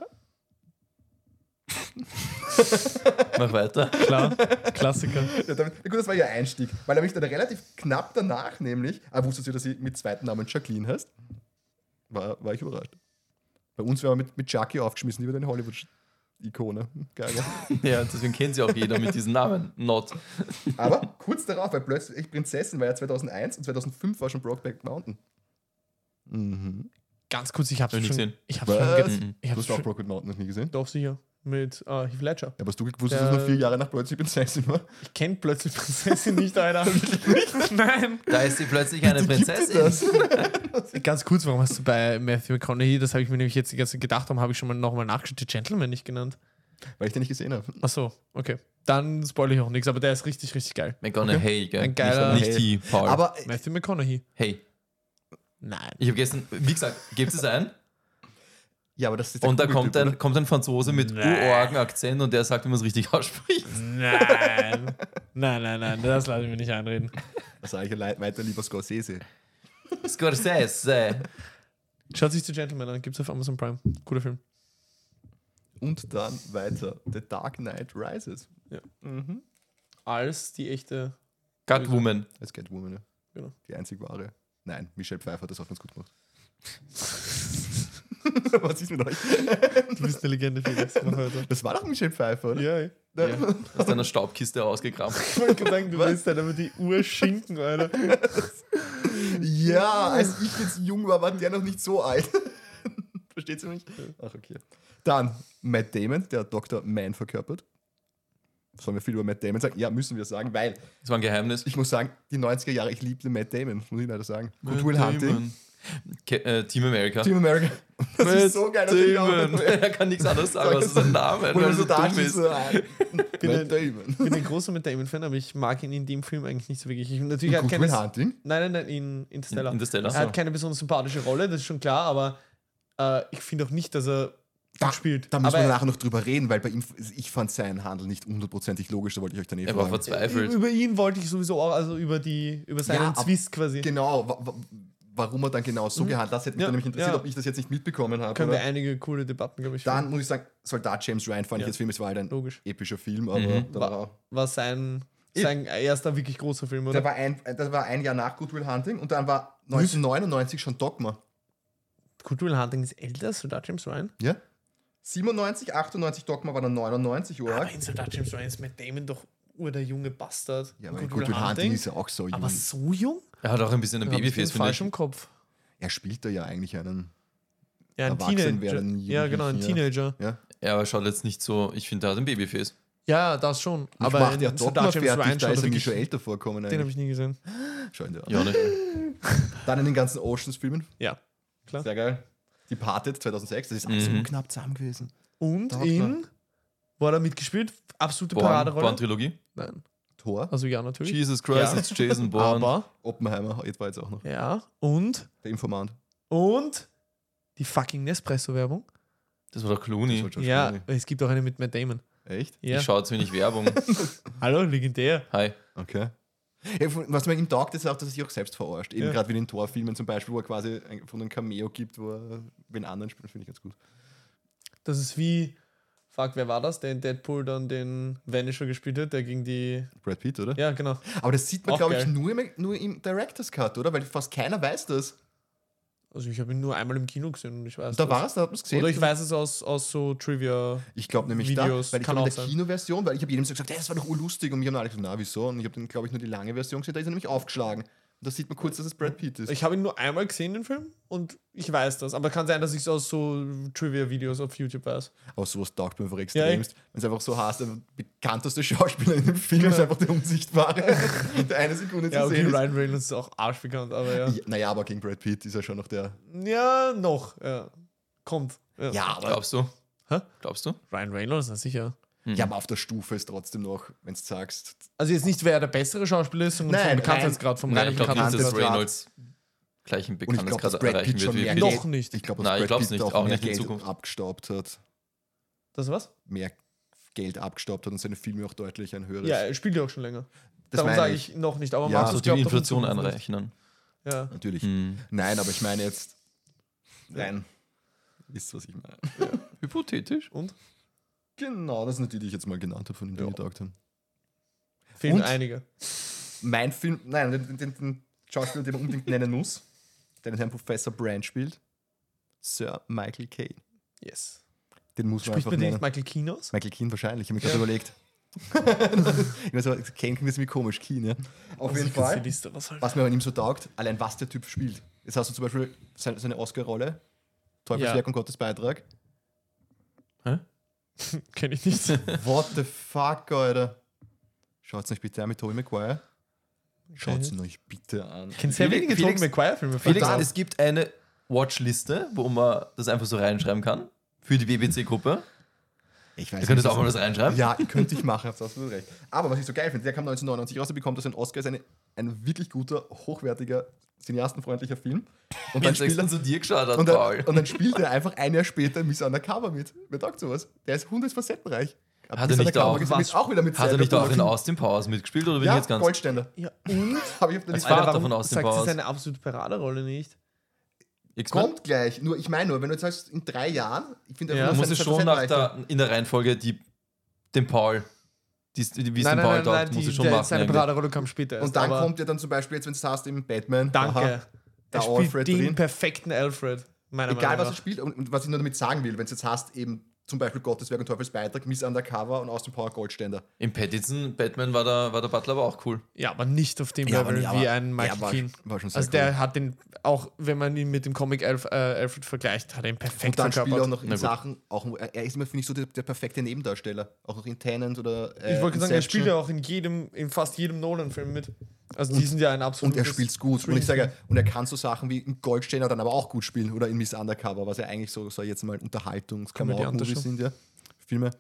Speaker 1: Mach weiter.
Speaker 2: Klar, Klassiker.
Speaker 3: Ja, damit, na gut, das war ihr Einstieg, weil er mich dann relativ knapp danach nämlich, aber wusstest du, dass sie mit zweiten Namen Jacqueline heißt? War, war ich überrascht. Bei uns wäre man mit, mit Jackie aufgeschmissen, die wird eine Hollywood-Ikone. Geil, ja.
Speaker 1: Ja, deswegen kennt sie auch jeder mit diesem Namen. Not.
Speaker 3: Aber kurz darauf, weil plötzlich echt Prinzessin war ja 2001 und 2005 war schon Brokeback Mountain. Mhm.
Speaker 2: Ganz kurz, ich hab's
Speaker 1: Hab ich nicht
Speaker 2: schon.
Speaker 1: gesehen.
Speaker 2: Ich hab's
Speaker 3: Was?
Speaker 2: schon. ge-
Speaker 1: Mhm.
Speaker 2: Ich
Speaker 3: Du
Speaker 2: hab's
Speaker 3: hast auch
Speaker 2: schon.
Speaker 3: Brokeback Mountain noch nie gesehen?
Speaker 2: Doch sicher. Mit äh, Heath Ledger.
Speaker 3: Ja, aber hast du gewusst, dass
Speaker 2: Der-
Speaker 3: es nur vier Jahre nach plötzlich Prinzessin war?
Speaker 2: Ich kenn plötzlich Prinzessin nicht, Alter. nicht? Nein.
Speaker 1: Da ist sie plötzlich eine
Speaker 3: Gibt es
Speaker 1: Prinzessin.
Speaker 3: das?
Speaker 2: Ganz kurz, warum hast du bei Matthew McConaughey, das habe ich mir nämlich jetzt die ganze Zeit gedacht, darum habe ich schon mal nochmal nachgeschaut, die Gentleman nicht genannt.
Speaker 3: Weil ich den nicht gesehen habe.
Speaker 2: Ach so, okay. Dann spoil ich auch nichts, aber der ist richtig, richtig geil.
Speaker 1: McConaughey, gell?
Speaker 2: Ein geiler-
Speaker 1: Nicht, nicht he, Paul.
Speaker 3: Aber
Speaker 2: Matthew McConaughey.
Speaker 1: hey,
Speaker 2: Nein.
Speaker 1: ich habe gestern, wie gesagt, gebt es ein
Speaker 3: ja, aber das ist der
Speaker 1: und da
Speaker 3: coole
Speaker 1: kommt
Speaker 3: Typ,
Speaker 1: ein, kommt ein Franzose mit
Speaker 2: Nee.
Speaker 1: Urorgen-Akzent und der sagt, wie man es richtig ausspricht.
Speaker 2: Nein. nein, nein, nein, das lasse ich mir nicht einreden.
Speaker 3: oder? Das sage ich le- weiter lieber Scorsese.
Speaker 1: Scorsese.
Speaker 2: Schaut sich The Gentleman an, gibt's auf Amazon Prime. Guter Film.
Speaker 3: Und dann weiter. The Dark Knight Rises.
Speaker 2: Ja.
Speaker 3: Mhm.
Speaker 2: Als die echte.
Speaker 1: Catwoman.
Speaker 3: Als Catwoman, ja.
Speaker 2: Genau.
Speaker 3: um Die einzig wahre. Nein, Michelle Pfeiffer hat das auch ganz gut gemacht. Was ist mit euch?
Speaker 2: Du bist eine Legende, Felix. Mach weiter.
Speaker 3: Das war doch Michelle Pfeiffer, oder?
Speaker 2: Ja,
Speaker 1: Ja, aus deiner Staubkiste rausgekramt.
Speaker 2: ich wollte gerade sagen, du willst dann aber die Uhr schinken, Alter.
Speaker 3: Ja, als ich jetzt jung war, war der noch nicht so alt. Versteht ihr mich? Ach, okay. Dann Matt Damon, der Dr. Man verkörpert. Sollen wir viel über Matt Damon sagen? Ja, müssen wir sagen, weil
Speaker 1: Das war ein Geheimnis.
Speaker 3: ich muss sagen, die 90er Jahre, ich liebte Matt Damon, muss ich leider sagen. Und
Speaker 1: Matt
Speaker 3: Will Hunting.
Speaker 1: Damon. Ke äh, Team America.
Speaker 3: Team America. Das ist so geil. dass ich auch-
Speaker 1: Damon. Er kann nichts anderes sagen, als sein Name.
Speaker 3: Wo
Speaker 1: weil
Speaker 3: er
Speaker 1: er
Speaker 3: so da
Speaker 1: dumm
Speaker 3: steht,
Speaker 1: ist.
Speaker 3: so, ah, Matt Damon.
Speaker 2: Ich bin ein großer Matt Damon-Fan, aber ich mag ihn in dem Film eigentlich nicht so wirklich. Ich, natürlich hat
Speaker 3: Gut,
Speaker 2: keine,
Speaker 3: Will
Speaker 2: nein,
Speaker 3: Hunting.
Speaker 2: nein, nein, in Interstellar.
Speaker 1: In Interstellar,
Speaker 2: Er
Speaker 1: so.
Speaker 2: hat keine besonders sympathische Rolle, das ist schon klar, aber äh, ich finde auch nicht, dass er
Speaker 3: Da-
Speaker 2: gut spielt.
Speaker 3: Da müssen
Speaker 2: aber
Speaker 3: wir nachher noch drüber reden, weil bei ihm, ich fand seinen Handel nicht hundertprozentig logisch, da wollte ich euch dann eh
Speaker 1: Er war
Speaker 3: fragen.
Speaker 1: verzweifelt.
Speaker 2: Über ihn wollte ich sowieso auch, also über die, über seinen
Speaker 3: Ja, ab-
Speaker 2: Twist quasi.
Speaker 3: Genau, wa- wa- warum er dann genau so gehandelt hat, das hätte mich
Speaker 2: Mhm. Ja,
Speaker 3: dann nämlich interessiert,
Speaker 2: ja.
Speaker 3: ob ich das jetzt nicht mitbekommen habe.
Speaker 2: Können wir
Speaker 3: Oder?
Speaker 2: einige coole Debatten, glaube ich,
Speaker 3: Dann muss ich sagen, Soldat James Ryan fand
Speaker 2: Ja.
Speaker 3: ich jetzt Film, es war halt ein
Speaker 2: Logisch.
Speaker 3: epischer Film, aber
Speaker 1: Mhm.
Speaker 3: da
Speaker 2: Wa-
Speaker 3: war,
Speaker 2: war sein,
Speaker 3: Ich-
Speaker 2: sein erster wirklich großer Film,
Speaker 3: der
Speaker 2: oder?
Speaker 3: war ein, äh, das war ein Jahr nach Good Will Hunting und dann war 1999 schon Dogma.
Speaker 2: Good Will Hunting ist älter, Soldat James Ryan.
Speaker 3: Ja? 97, 98 Dogma war dann 99 Uhr.
Speaker 2: Aber in Soldat James Ryan ist Matt Damon doch ur der junge Bastard.
Speaker 3: Ja, aber Good, Will Hunting, ist ja auch so jung.
Speaker 2: aber so jung?
Speaker 1: Er hat auch ein bisschen ein Babyface, finde
Speaker 2: falsch
Speaker 1: ich.
Speaker 2: im Kopf.
Speaker 3: Er spielt da ja eigentlich einen.
Speaker 2: Ja, ein
Speaker 3: Erwachsen
Speaker 2: Teenager.
Speaker 3: werden
Speaker 2: Ja, genau, ein
Speaker 3: Jugendliche.
Speaker 2: Teenager.
Speaker 3: Ja?
Speaker 1: Ja, aber er schaut jetzt nicht so, ich finde, er hat ein Babyface.
Speaker 2: Ja, das schon.
Speaker 3: Aber
Speaker 2: Aber
Speaker 3: macht
Speaker 2: in
Speaker 3: ja Dogma
Speaker 2: Soldat James
Speaker 3: fertig,
Speaker 2: Ryan
Speaker 3: da
Speaker 2: schaut
Speaker 3: ist
Speaker 2: er
Speaker 3: er mir schon
Speaker 2: wirklich...
Speaker 3: älter vorkommen.
Speaker 2: Den habe
Speaker 3: Eigentlich.
Speaker 2: ich nie gesehen.
Speaker 3: Schau ihn dir an.
Speaker 1: Ja, nicht.
Speaker 3: Dann in den ganzen Oceans-Filmen.
Speaker 2: Ja.
Speaker 3: Sehr geil. Die Parted 2006, das ist alles
Speaker 1: Mhm.
Speaker 3: so knapp zusammen gewesen.
Speaker 2: Und
Speaker 3: Dogma.
Speaker 2: in... Wo hat er mitgespielt? Absolute
Speaker 1: Born,
Speaker 2: Paraderolle.
Speaker 1: Born Trilogie.
Speaker 2: Nein.
Speaker 3: Tor,
Speaker 2: Also ja, natürlich.
Speaker 1: Jesus Christ,
Speaker 2: Ja.
Speaker 1: it's Jason Bourne.
Speaker 2: Aber,
Speaker 3: Oppenheimer, jetzt war jetzt auch noch.
Speaker 2: ja, und,
Speaker 3: Der Informant.
Speaker 2: und die fucking Nespresso-Werbung.
Speaker 1: das war doch
Speaker 3: Das
Speaker 1: Clooney.
Speaker 3: war George
Speaker 2: Ja,
Speaker 3: Clooney.
Speaker 2: es gibt auch eine mit Matt Damon.
Speaker 3: Echt?
Speaker 2: Ja.
Speaker 1: Ich schaue zu wenig Werbung.
Speaker 2: Hallo, legendär.
Speaker 1: Hi.
Speaker 3: Okay. Ja, von- Was man ihm taugt, ist auch, dass er sich auch selbst verarscht. Eben
Speaker 2: Ja.
Speaker 3: gerade wie in den Torfilmen zum Beispiel, wo er quasi ein- von einem Cameo gibt, wo er wen anderen spielt, finde ich ganz gut.
Speaker 2: Das ist wie fuck, wer war das, der in Deadpool dann den Vanisher gespielt hat, der gegen die.
Speaker 3: Brad Pitt, oder?
Speaker 2: Ja, genau.
Speaker 3: Aber das sieht man,
Speaker 2: Auch
Speaker 3: glaube ich,
Speaker 2: geil.
Speaker 3: nur im, nur im Director's Cut, oder? Weil fast keiner weiß das.
Speaker 2: Also ich habe ihn nur einmal im Kino gesehen und ich weiß.
Speaker 3: Da
Speaker 2: das.
Speaker 3: war es, da hat man es gesehen.
Speaker 2: Oder ich weiß es aus, aus so Trivia.
Speaker 3: Ich glaube nämlich
Speaker 2: Videos,
Speaker 3: da, weil ich
Speaker 2: kann
Speaker 3: glaub, in
Speaker 2: auch
Speaker 3: der
Speaker 2: sein.
Speaker 3: Kinoversion, weil ich habe jedem so gesagt, "Ey, das war doch urlustig und mir haben alle gesagt, na wieso? Und ich habe dann, glaube ich, nur die lange Version gesehen, da ist er nämlich aufgeschlagen. Und da sieht man kurz, dass es Brad Pitt ist.
Speaker 2: Ich habe ihn nur einmal gesehen, den Film, und ich weiß das. Aber kann sein, dass ich es aus so Trivia-Videos auf YouTube weiß.
Speaker 3: Aber sowas taugt mir einfach
Speaker 2: Ja,
Speaker 3: extremst. Wenn es einfach so heißt, der bekannteste Schauspieler in dem Film ist einfach der Unsichtbare, der eine Sekunde
Speaker 2: Genau. Ja,
Speaker 3: zu
Speaker 2: okay,
Speaker 3: sehen ist. eh
Speaker 2: Ryan Reynolds ist auch arschbekannt, aber ja.
Speaker 3: Ja, naja, aber gegen Brad Pitt ist er schon noch der.
Speaker 1: Mhm.
Speaker 2: Ja, noch. Ja. Kommt.
Speaker 3: Ja, aber,
Speaker 1: Glaubst du?
Speaker 2: Hä?
Speaker 1: Glaubst du?
Speaker 2: Ryan Reynolds, na sicher.
Speaker 3: ja, aber auf der Stufe ist trotzdem noch, wenn du sagst,
Speaker 2: Also jetzt nicht, wer der bessere Schauspieler ist, sondern
Speaker 3: Nein,
Speaker 2: vom
Speaker 3: rein-
Speaker 2: Bekanntheitsgrad, vom
Speaker 1: Nein,
Speaker 2: reinen
Speaker 1: ich glaube nicht, dass
Speaker 3: Bekanntes-
Speaker 2: Bekanntheitsgrad.
Speaker 1: Reynolds gleich einen
Speaker 3: Und ich glaube, dass
Speaker 1: Bekanntheitsgrad
Speaker 3: Brad
Speaker 1: erreichen
Speaker 3: Pitt schon
Speaker 1: wird wie
Speaker 3: mehr
Speaker 1: Pitt.
Speaker 2: Noch nicht.
Speaker 3: ich glaube,
Speaker 1: Nein, ich
Speaker 3: dass Brad
Speaker 1: glaub's
Speaker 3: Pitt
Speaker 1: nicht,
Speaker 3: auch,
Speaker 1: auch
Speaker 3: mehr
Speaker 1: nicht in
Speaker 3: Geld
Speaker 1: Zukunft.
Speaker 3: abgestaubt hat.
Speaker 2: Das was?
Speaker 3: Mehr Geld abgestaubt hat und seine Filme auch deutlich ein höheres.
Speaker 2: Ja, er spielt ja auch schon länger.
Speaker 3: Das
Speaker 2: Darum
Speaker 3: meine
Speaker 2: sage ich noch nicht, aber
Speaker 1: Also
Speaker 3: Ja.
Speaker 1: die
Speaker 2: Markus glaubt doch in
Speaker 1: Inflation
Speaker 2: Zukunft nicht.
Speaker 1: anrechnen.
Speaker 2: Ja.
Speaker 3: Natürlich.
Speaker 1: Hm.
Speaker 3: Nein, aber ich meine jetzt rein. Wisst, was ich meine?
Speaker 1: Hypothetisch.
Speaker 2: Und?
Speaker 3: Genau, das sind die, die ich jetzt mal genannt habe, von denen die
Speaker 2: Ja.
Speaker 3: getaugt haben.
Speaker 2: Fehlen
Speaker 3: Und?
Speaker 2: einige.
Speaker 3: Mein Film, nein, den, den, den Schauspieler, den man unbedingt nennen muss, der den Herrn Professor Brand spielt, Sir Michael Caine.
Speaker 2: Yes.
Speaker 3: Den muss man
Speaker 2: Spricht man
Speaker 3: einfach
Speaker 2: den
Speaker 3: nennen.
Speaker 2: nicht Michael Keane aus?
Speaker 3: Michael Keane wahrscheinlich, ich habe mir gerade überlegt. ich weiß aber, Caine klingt jetzt irgendwie komisch, Keane, ja. Also Auf jeden
Speaker 2: Das ist
Speaker 3: Fall.
Speaker 2: die Liste, was halt.
Speaker 3: Was mir an ihm so taugt, allein was der Typ spielt. Jetzt hast du zum Beispiel seine, seine Oscar-Rolle, Teufelswerk
Speaker 2: Ja.
Speaker 3: und Gottes Beitrag.
Speaker 2: Kenn ich nicht.
Speaker 3: What the fuck, Alter? Schaut's euch bitte an mit Tobey Maguire. Schaut's ihn euch bitte an.
Speaker 2: Kenn sehr
Speaker 1: Felix-
Speaker 2: wenige Tobey
Speaker 1: Felix-
Speaker 2: Maguire-Filme.
Speaker 1: Felix,
Speaker 2: verdammt.
Speaker 1: es gibt eine Watchliste, wo man das einfach so reinschreiben kann. Für die BBC-Gruppe.
Speaker 3: Ich weiß
Speaker 1: Ihr könnt
Speaker 3: nicht,
Speaker 1: das auch mal was reinschreiben.
Speaker 3: Ja, ihr könnt ich machen, habt ihr absolut recht. Aber was ich so geil finde, der kam 1999 raus, der bekommt das ein Oscar, ist eine, ein wirklich guter, hochwertiger, cineastenfreundlicher Film. Und dann
Speaker 1: Jetzt
Speaker 3: spielt
Speaker 1: extra
Speaker 3: er.
Speaker 1: zu dir geschaut hat,
Speaker 3: Und
Speaker 1: Paul.
Speaker 3: dann, und dann spielt er einfach ein Jahr später Miss Undercover mit. Wer taugt sowas? Der ist hundesfacettenreich.
Speaker 1: Hat
Speaker 3: Miss
Speaker 1: er nicht
Speaker 3: Undercover
Speaker 1: auch-
Speaker 3: gespielt,
Speaker 2: was-
Speaker 3: auch wieder mit
Speaker 1: Hat er
Speaker 3: Sandra
Speaker 1: nicht auch in
Speaker 3: Bullock.
Speaker 1: Austin Powers mitgespielt oder bin ich
Speaker 3: Ja,
Speaker 1: jetzt ganz.
Speaker 3: Goldständer.
Speaker 2: Ja, und?
Speaker 3: Hab ich auf der
Speaker 1: Als
Speaker 3: Liste.
Speaker 1: Vater
Speaker 2: Warum
Speaker 1: von Austin
Speaker 2: sagt sie
Speaker 1: Powers.
Speaker 2: seine absolute Paraderolle nicht?
Speaker 1: X-Men?
Speaker 3: Kommt gleich. Nur, ich meine nur, wenn du jetzt sagst, in drei Jahren, ich finde,
Speaker 2: Ja.
Speaker 1: Du
Speaker 3: das
Speaker 1: musst
Speaker 3: ist
Speaker 1: es
Speaker 3: ein
Speaker 1: schon nach
Speaker 3: Prozentreichtum.
Speaker 1: der, in der Reihenfolge die, den Paul, die, die, wie es den Paul taugt, musst du schon
Speaker 2: der,
Speaker 1: machen.
Speaker 2: seine
Speaker 1: eigentlich.
Speaker 2: Paraderolle kam später. erst,
Speaker 3: Und dann
Speaker 2: aber
Speaker 3: kommt ja dann zum Beispiel, jetzt, wenn du es hast, im Batman.
Speaker 2: Danke.
Speaker 3: Aha, der
Speaker 2: er spielt
Speaker 3: Alfred
Speaker 2: den
Speaker 3: drin.
Speaker 2: perfekten Alfred, meiner
Speaker 3: Egal, was
Speaker 2: Meinung
Speaker 3: er
Speaker 2: nach.
Speaker 3: spielt. Und, und was ich nur damit sagen will, wenn es jetzt hast, eben zum Beispiel Gottes Werk und Teufels Beitrag, Miss Undercover und aus dem Power Goldständer.
Speaker 1: Im Pattinson, Batman war der, war der Butler aber auch cool.
Speaker 2: Ja, aber nicht auf dem
Speaker 3: Ja, aber
Speaker 2: Level
Speaker 3: nicht,
Speaker 2: wie
Speaker 3: aber-
Speaker 2: ein Michael
Speaker 3: ja, war-
Speaker 2: Keane.
Speaker 3: war schon sehr
Speaker 2: also der hat den, auch wenn man ihn mit dem Comic Alf, äh, Alfred vergleicht, hat er ihn perfekt
Speaker 3: Und dann spielt er auch
Speaker 2: verkörpert.
Speaker 3: noch in
Speaker 1: Na gut.
Speaker 3: Sachen, auch, er ist immer, finde ich, so der, der perfekte Nebendarsteller. Auch noch in Tenant oder. äh,
Speaker 2: ich wollte sagen, er
Speaker 3: Inception.
Speaker 2: spielt ja auch in jedem, in fast jedem Nolan-Film mit. Also die sind ja ein
Speaker 3: Und
Speaker 2: absolutes...
Speaker 3: er spielt's gut. Und ich sage, und er kann so Sachen wie in Goldständer dann aber auch gut spielen oder in Miss Undercover, was ja eigentlich so, so jetzt mal Unterhaltungs-Kamau-Movies
Speaker 2: Komödiantische.
Speaker 3: sind, ja. Filme.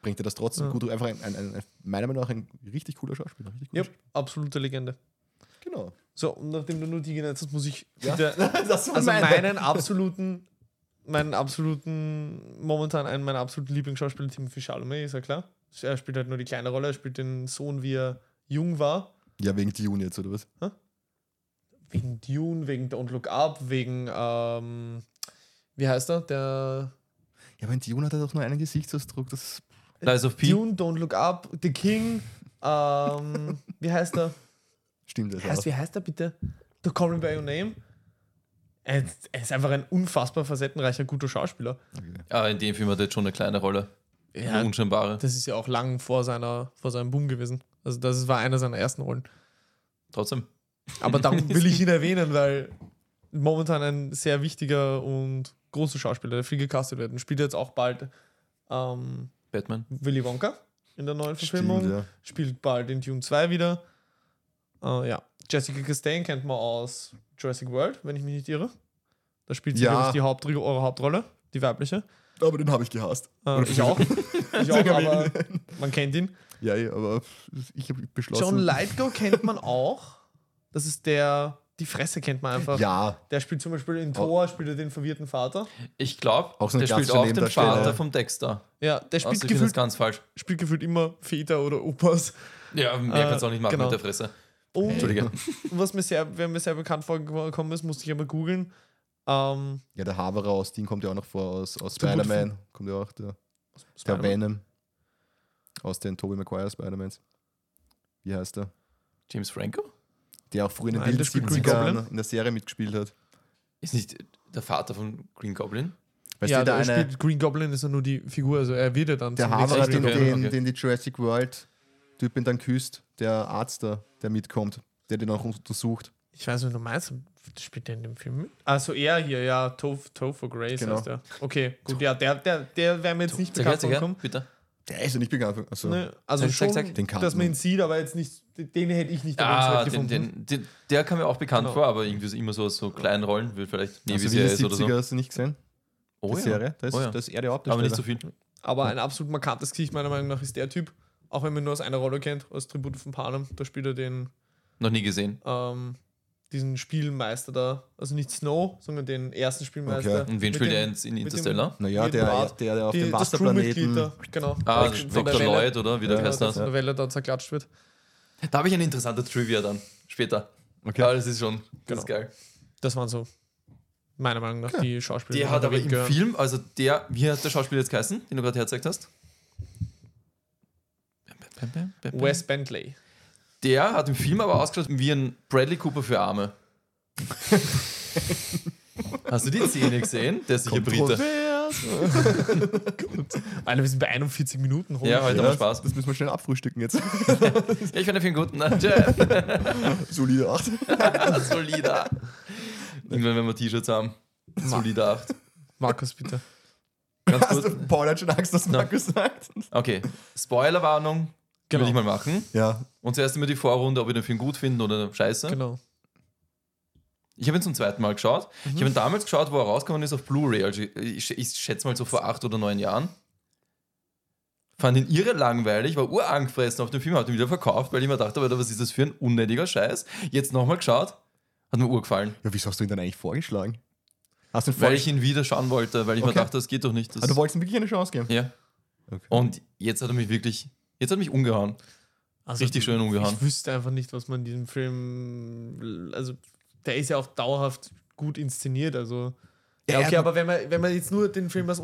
Speaker 3: Bringt er das trotzdem gut durch. Einfach ein, ein, ein, ein- meiner Meinung nach ein richtig cooler Schauspieler. Richtig
Speaker 2: Ja,
Speaker 3: cooler
Speaker 2: absolute Legende.
Speaker 3: Schauspieler. Genau.
Speaker 2: So, und nachdem du nur die genannt hast, muss ich
Speaker 3: Ja.
Speaker 2: wieder
Speaker 3: Das war
Speaker 2: Also
Speaker 3: meine.
Speaker 2: meinen absoluten, meinen absoluten, momentan einen meiner absoluten Lieblingsschauspieler, Timothy Chalamet, ist ja klar. Er spielt halt nur die kleine Rolle, er spielt den Sohn, wie er jung war.
Speaker 3: Ja, wegen Dune jetzt, oder was?
Speaker 2: Wegen Dune, wegen Don't Look Up, wegen, ähm, wie heißt er? Der
Speaker 3: Ja, aber in Dune hat er doch nur einen Gesichtsausdruck. Das
Speaker 1: Lies of P.
Speaker 2: Dune, Don't Look Up, The King, ähm, wie heißt er?
Speaker 3: stimmt. Das
Speaker 2: Heißt,
Speaker 3: auch.
Speaker 2: wie heißt er bitte? The Call Me By Your Name? Er ist, er ist einfach ein unfassbar facettenreicher, guter Schauspieler.
Speaker 1: Aber in dem Film hat er jetzt schon eine kleine Rolle.
Speaker 2: Ja,
Speaker 1: Eine unscheinbare.
Speaker 2: Das ist ja auch lang vor, seiner, vor seinem Boom gewesen. Also das war einer seiner ersten Rollen.
Speaker 1: Trotzdem.
Speaker 2: Aber darum will ich ihn erwähnen, weil momentan ein sehr wichtiger und großer Schauspieler, der viel gecastet wird. Und spielt jetzt auch bald ähm,
Speaker 1: Batman.
Speaker 2: Willy Wonka in der neuen
Speaker 3: Stimmt,
Speaker 2: Verfilmung.
Speaker 3: ja.
Speaker 2: Spielt bald in Dune 2 wieder. Äh, ja. Jessica Chastain kennt man aus Jurassic World, wenn ich mich nicht irre. Da spielt sie
Speaker 3: Ja.
Speaker 2: ja. die Haupt eure Hauptrolle, die weibliche.
Speaker 3: Aber den habe ich gehasst.
Speaker 2: Äh, ich auch. Ich auch, aber man kennt ihn.
Speaker 3: Ja, ja, aber ich habe beschlossen.
Speaker 2: John Lithgow kennt man auch. Das ist der, die Fresse kennt man einfach.
Speaker 3: Ja, Oh.
Speaker 2: Der spielt zum Beispiel in Thor, spielt er den verwirrten Vater.
Speaker 1: Ich glaube,
Speaker 3: Auch so eine
Speaker 1: der spielt
Speaker 3: klassische
Speaker 1: auch den
Speaker 3: Nebendarsteller,
Speaker 1: Vater
Speaker 3: ja.
Speaker 1: vom Dexter.
Speaker 2: Ja, der
Speaker 1: Also
Speaker 2: spielt,
Speaker 1: ich finde das
Speaker 2: gefühlt,
Speaker 1: ganz falsch.
Speaker 2: spielt gefühlt immer Väter oder Opas.
Speaker 1: Ja, mehr
Speaker 2: Äh,
Speaker 1: kannst du auch nicht machen
Speaker 2: genau.
Speaker 1: mit der Fresse.
Speaker 2: Und
Speaker 1: Entschuldige.
Speaker 2: was mir sehr, wer mir sehr bekannt vorgekommen ist, musste ich einmal googeln. Ähm,
Speaker 3: ja der Haverer aus Dean kommt ja auch noch vor, aus, aus
Speaker 2: Zum Guten-
Speaker 3: Spider-Man. Kommt ja auch der. Der
Speaker 1: Spider-Man.
Speaker 3: Venom. Aus den Tobey Maguire Spider-Mans. Wie heißt er?
Speaker 1: James Franco?
Speaker 3: Der auch früher in den
Speaker 2: Nein, der
Speaker 3: Bildspielen
Speaker 2: spielt Green Goblin.
Speaker 3: in der Serie mitgespielt hat.
Speaker 1: Ist nicht der Vater von Green Goblin?
Speaker 3: Weißt
Speaker 2: ja,
Speaker 3: du, der,
Speaker 2: der
Speaker 3: eine,
Speaker 2: spielt Green Goblin ist ja nur die Figur, also er wird ja dann
Speaker 3: der
Speaker 2: zum nächsten
Speaker 3: Haber hat
Speaker 1: Green
Speaker 3: den,
Speaker 2: Spider-Man.
Speaker 1: Goblin,
Speaker 3: den,
Speaker 1: okay.
Speaker 3: den die Jurassic World Typen dann küsst, der Arzt da, der mitkommt, der den auch untersucht.
Speaker 2: Ich weiß, was du meinst. Spielt der in dem Film mit? Also er hier, ja, Toph, Topher Grace
Speaker 3: Genau.
Speaker 2: heißt er. Okay, gut, ja, der, der, der wäre mir jetzt nicht
Speaker 1: Zeig her,
Speaker 2: bekannt
Speaker 1: zeig her,
Speaker 2: vorgekommen.
Speaker 1: bitte.
Speaker 3: Der ist ja nicht begangen. Also,
Speaker 2: Ne? Also
Speaker 1: Zeig,
Speaker 2: schon,
Speaker 1: zeig, zeig.
Speaker 3: Den
Speaker 2: dass
Speaker 3: kannten.
Speaker 2: man ihn sieht, aber jetzt nicht, den hätte ich nicht
Speaker 1: Ah,
Speaker 2: auf dem
Speaker 1: den,
Speaker 2: Schritt gefunden.
Speaker 1: den, den, der kam mir auch bekannt
Speaker 2: Genau.
Speaker 1: vor, aber irgendwie so immer so, so kleinen Rollen, will vielleicht
Speaker 3: also
Speaker 1: Nevis
Speaker 3: wie die
Speaker 1: ist oder
Speaker 3: 70er
Speaker 1: so.
Speaker 3: hast du nicht gesehen?
Speaker 1: Oh,
Speaker 3: die
Speaker 1: ja.
Speaker 3: Serie? Da ist,
Speaker 1: Oh ja.
Speaker 3: da ist er der
Speaker 1: Aber
Speaker 3: Hauptdarsteller.
Speaker 1: nicht so viel.
Speaker 2: Aber ein absolut markantes Gesicht meiner Meinung nach ist der Typ, auch wenn man ihn nur aus einer Rolle kennt, aus Tribut von Panem, da spielt er den,
Speaker 1: Noch nie gesehen.
Speaker 2: ähm, diesen Spielmeister da, also nicht Snow, sondern den ersten Spielmeister.
Speaker 3: Okay.
Speaker 1: Und wen
Speaker 2: Mit
Speaker 1: spielt
Speaker 2: dem-
Speaker 1: er in, in
Speaker 2: mit dem-
Speaker 1: Interstellar?
Speaker 3: Naja,
Speaker 2: Mit
Speaker 3: der,
Speaker 2: Bart.
Speaker 3: der, der auf
Speaker 2: die,
Speaker 3: dem
Speaker 2: das Crewmitglied
Speaker 3: Wasserplaneten.
Speaker 2: da, genau.
Speaker 1: Ah,
Speaker 2: Von der
Speaker 1: Dr.
Speaker 2: Welle.
Speaker 1: Lloyd, oder? Wie der
Speaker 2: Ja,
Speaker 1: heißt
Speaker 2: der von
Speaker 1: er?
Speaker 2: der Welle da zerklatscht wird.
Speaker 1: Da habe ich eine interessante Trivia dann. Später.
Speaker 3: Okay.
Speaker 1: Aber das ist schon ganz
Speaker 2: Genau.
Speaker 1: geil.
Speaker 2: Das waren so, meiner Meinung nach, die Schauspieler.
Speaker 1: Der
Speaker 2: die
Speaker 1: hat aber im
Speaker 2: unterwegs gehören.
Speaker 1: Film, also der, wie hat der Schauspieler jetzt geheißen, den du gerade herzeigt hast?
Speaker 2: Wes Bentley.
Speaker 1: Der hat im Film aber ausgeschaut wie ein Bradley Cooper für Arme. Hast du die Szene gesehen? Der ist sicher Brite.
Speaker 2: Alter, wir sind bei 41 Minuten hoch.
Speaker 1: Ja, halt. heute
Speaker 3: Ja,
Speaker 1: mal Spaß.
Speaker 3: Das müssen wir schnell abfrühstücken jetzt.
Speaker 1: Ja, Ich fand den Film gut. Na, tschö.
Speaker 3: Solide 8.
Speaker 1: Solida. Irgendwann, wenn wir T-Shirts haben. Solida 8.
Speaker 2: Markus, bitte.
Speaker 1: Ganz
Speaker 3: Hast
Speaker 1: gut.
Speaker 3: du, Paul hat schon Angst, dass Markus sagt.
Speaker 1: Okay. Spoilerwarnung. Genau.
Speaker 2: Genau.
Speaker 1: Will ich mal machen.
Speaker 3: Ja,
Speaker 1: Und zuerst immer die Vorrunde, ob wir den Film gut finden oder scheiße.
Speaker 2: Genau.
Speaker 1: Ich habe ihn zum zweiten Mal geschaut. Ich
Speaker 3: Mhm.
Speaker 1: habe ihn damals geschaut, wo er rausgekommen ist, auf Blu-ray. Also ich, ich schätze mal so vor acht oder neun Jahren. Fand ihn irre langweilig, war urangefressen auf dem Film, hab ihn wieder verkauft, weil ich mir dachte, Alter, was ist das für ein unnötiger Scheiß? Jetzt nochmal geschaut, hat mir urgefallen.
Speaker 3: Ja, wieso hast du ihn dann eigentlich vorgeschlagen? Hast du ihn
Speaker 1: Weil
Speaker 3: vorgeschlagen?
Speaker 1: ich ihn wieder schauen wollte, weil ich
Speaker 3: Okay.
Speaker 1: mir dachte, das geht doch nicht. Das
Speaker 3: Ah, du wolltest ihm wirklich eine Chance geben?
Speaker 1: ja.
Speaker 3: Okay.
Speaker 1: Und jetzt hat er mich wirklich, jetzt hat er mich umgehauen.
Speaker 2: Also,
Speaker 1: Richtig schön umgehauen.
Speaker 2: Ich wüsste einfach nicht, was man in diesem Film. Also, der ist ja auch dauerhaft gut inszeniert. Also, ja, okay,
Speaker 3: er-
Speaker 2: aber wenn man, wenn man jetzt nur den Film als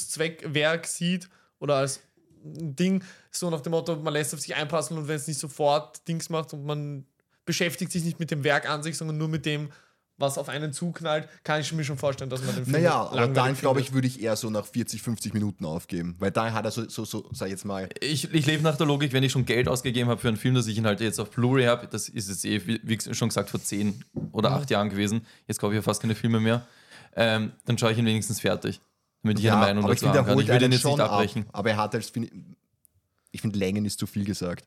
Speaker 2: Unterhaltungszweckwerk sieht oder als Ding, so nach dem Motto, man lässt auf sich einpassen und wenn es nicht sofort Dings macht und man beschäftigt sich nicht mit dem Werk an sich, sondern nur mit dem, was auf einen zuknallt, kann ich mir schon vorstellen, dass man den Film.
Speaker 3: Naja, aber
Speaker 2: langweilig
Speaker 3: dann glaube ich,
Speaker 2: findet.
Speaker 3: würde ich eher so nach 40, 50 Minuten aufgeben. Weil da hat er so, so, so sag ich jetzt mal,
Speaker 1: Ich, ich lebe nach der Logik, wenn ich schon Geld ausgegeben habe für einen Film, dass ich ihn halt jetzt auf Blu-ray habe, das ist jetzt eh, wie wie schon gesagt, vor zehn oder acht Jahren gewesen. Jetzt kaufe ich ja fast keine Filme mehr. Ähm, dann schaue ich ihn wenigstens fertig, damit ich eine Meinung
Speaker 3: aber ich
Speaker 1: dazu haben kann.
Speaker 3: wiederhole
Speaker 1: Ich will
Speaker 3: einen
Speaker 1: den jetzt nicht
Speaker 3: schon ab,
Speaker 1: abbrechen.
Speaker 3: aber er hat halt, find, ich- ich finde, Längen ist zu viel gesagt.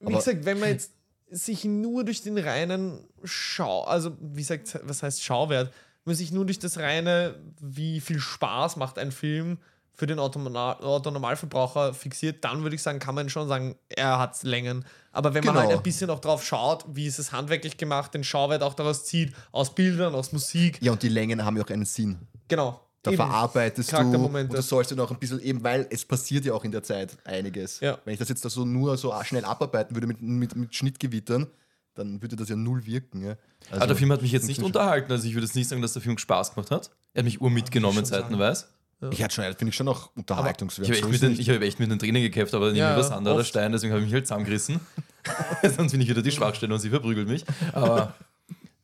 Speaker 2: Wie
Speaker 3: Aber-
Speaker 2: gesagt, wenn man jetzt sich nur durch den reinen Schau, also wie gesagt, was heißt Schauwert, wenn man sich nur durch das reine, wie viel Spaß macht ein Film für den Automa- Autonormalverbraucher fixiert, dann würde ich sagen, kann man schon sagen, er hat Längen. Aber wenn man
Speaker 3: Genau.
Speaker 2: halt ein bisschen auch drauf schaut, wie ist es handwerklich gemacht, den Schauwert auch daraus zieht, aus Bildern, aus Musik,
Speaker 3: Ja, und die Längen haben ja auch einen Sinn.
Speaker 2: genau.
Speaker 3: Da
Speaker 2: eben.
Speaker 3: verarbeitest du
Speaker 2: Charaktermomente.
Speaker 3: und du sollst dann auch ein bisschen eben, weil es passiert ja auch in der Zeit einiges.
Speaker 2: Ja.
Speaker 3: Wenn ich das jetzt da so nur so schnell abarbeiten würde mit, mit, mit Schnittgewittern, dann würde das ja null wirken. Ja. Also,
Speaker 1: aber Ah, der Film hat mich jetzt nicht
Speaker 3: funktioniert
Speaker 1: unterhalten, also ich würde jetzt nicht sagen, dass der Film Spaß gemacht hat. Er hat mich urmitgenommen,
Speaker 2: schon sagen.
Speaker 1: zeitenweise.
Speaker 3: Ich hatte schon, finde ich schon auch unterhaltungswert.
Speaker 1: Ich habe echt,
Speaker 3: So
Speaker 1: mit
Speaker 3: ist
Speaker 1: den-
Speaker 3: nicht.
Speaker 1: ich hab echt mit den Tränen gekämpft, aber irgendwie
Speaker 2: Ja,
Speaker 1: was anderer
Speaker 2: oft.
Speaker 1: Stein, deswegen habe ich mich halt zusammengerissen. Sonst bin ich wieder die Schwachstelle und sie verprügelt mich. Aber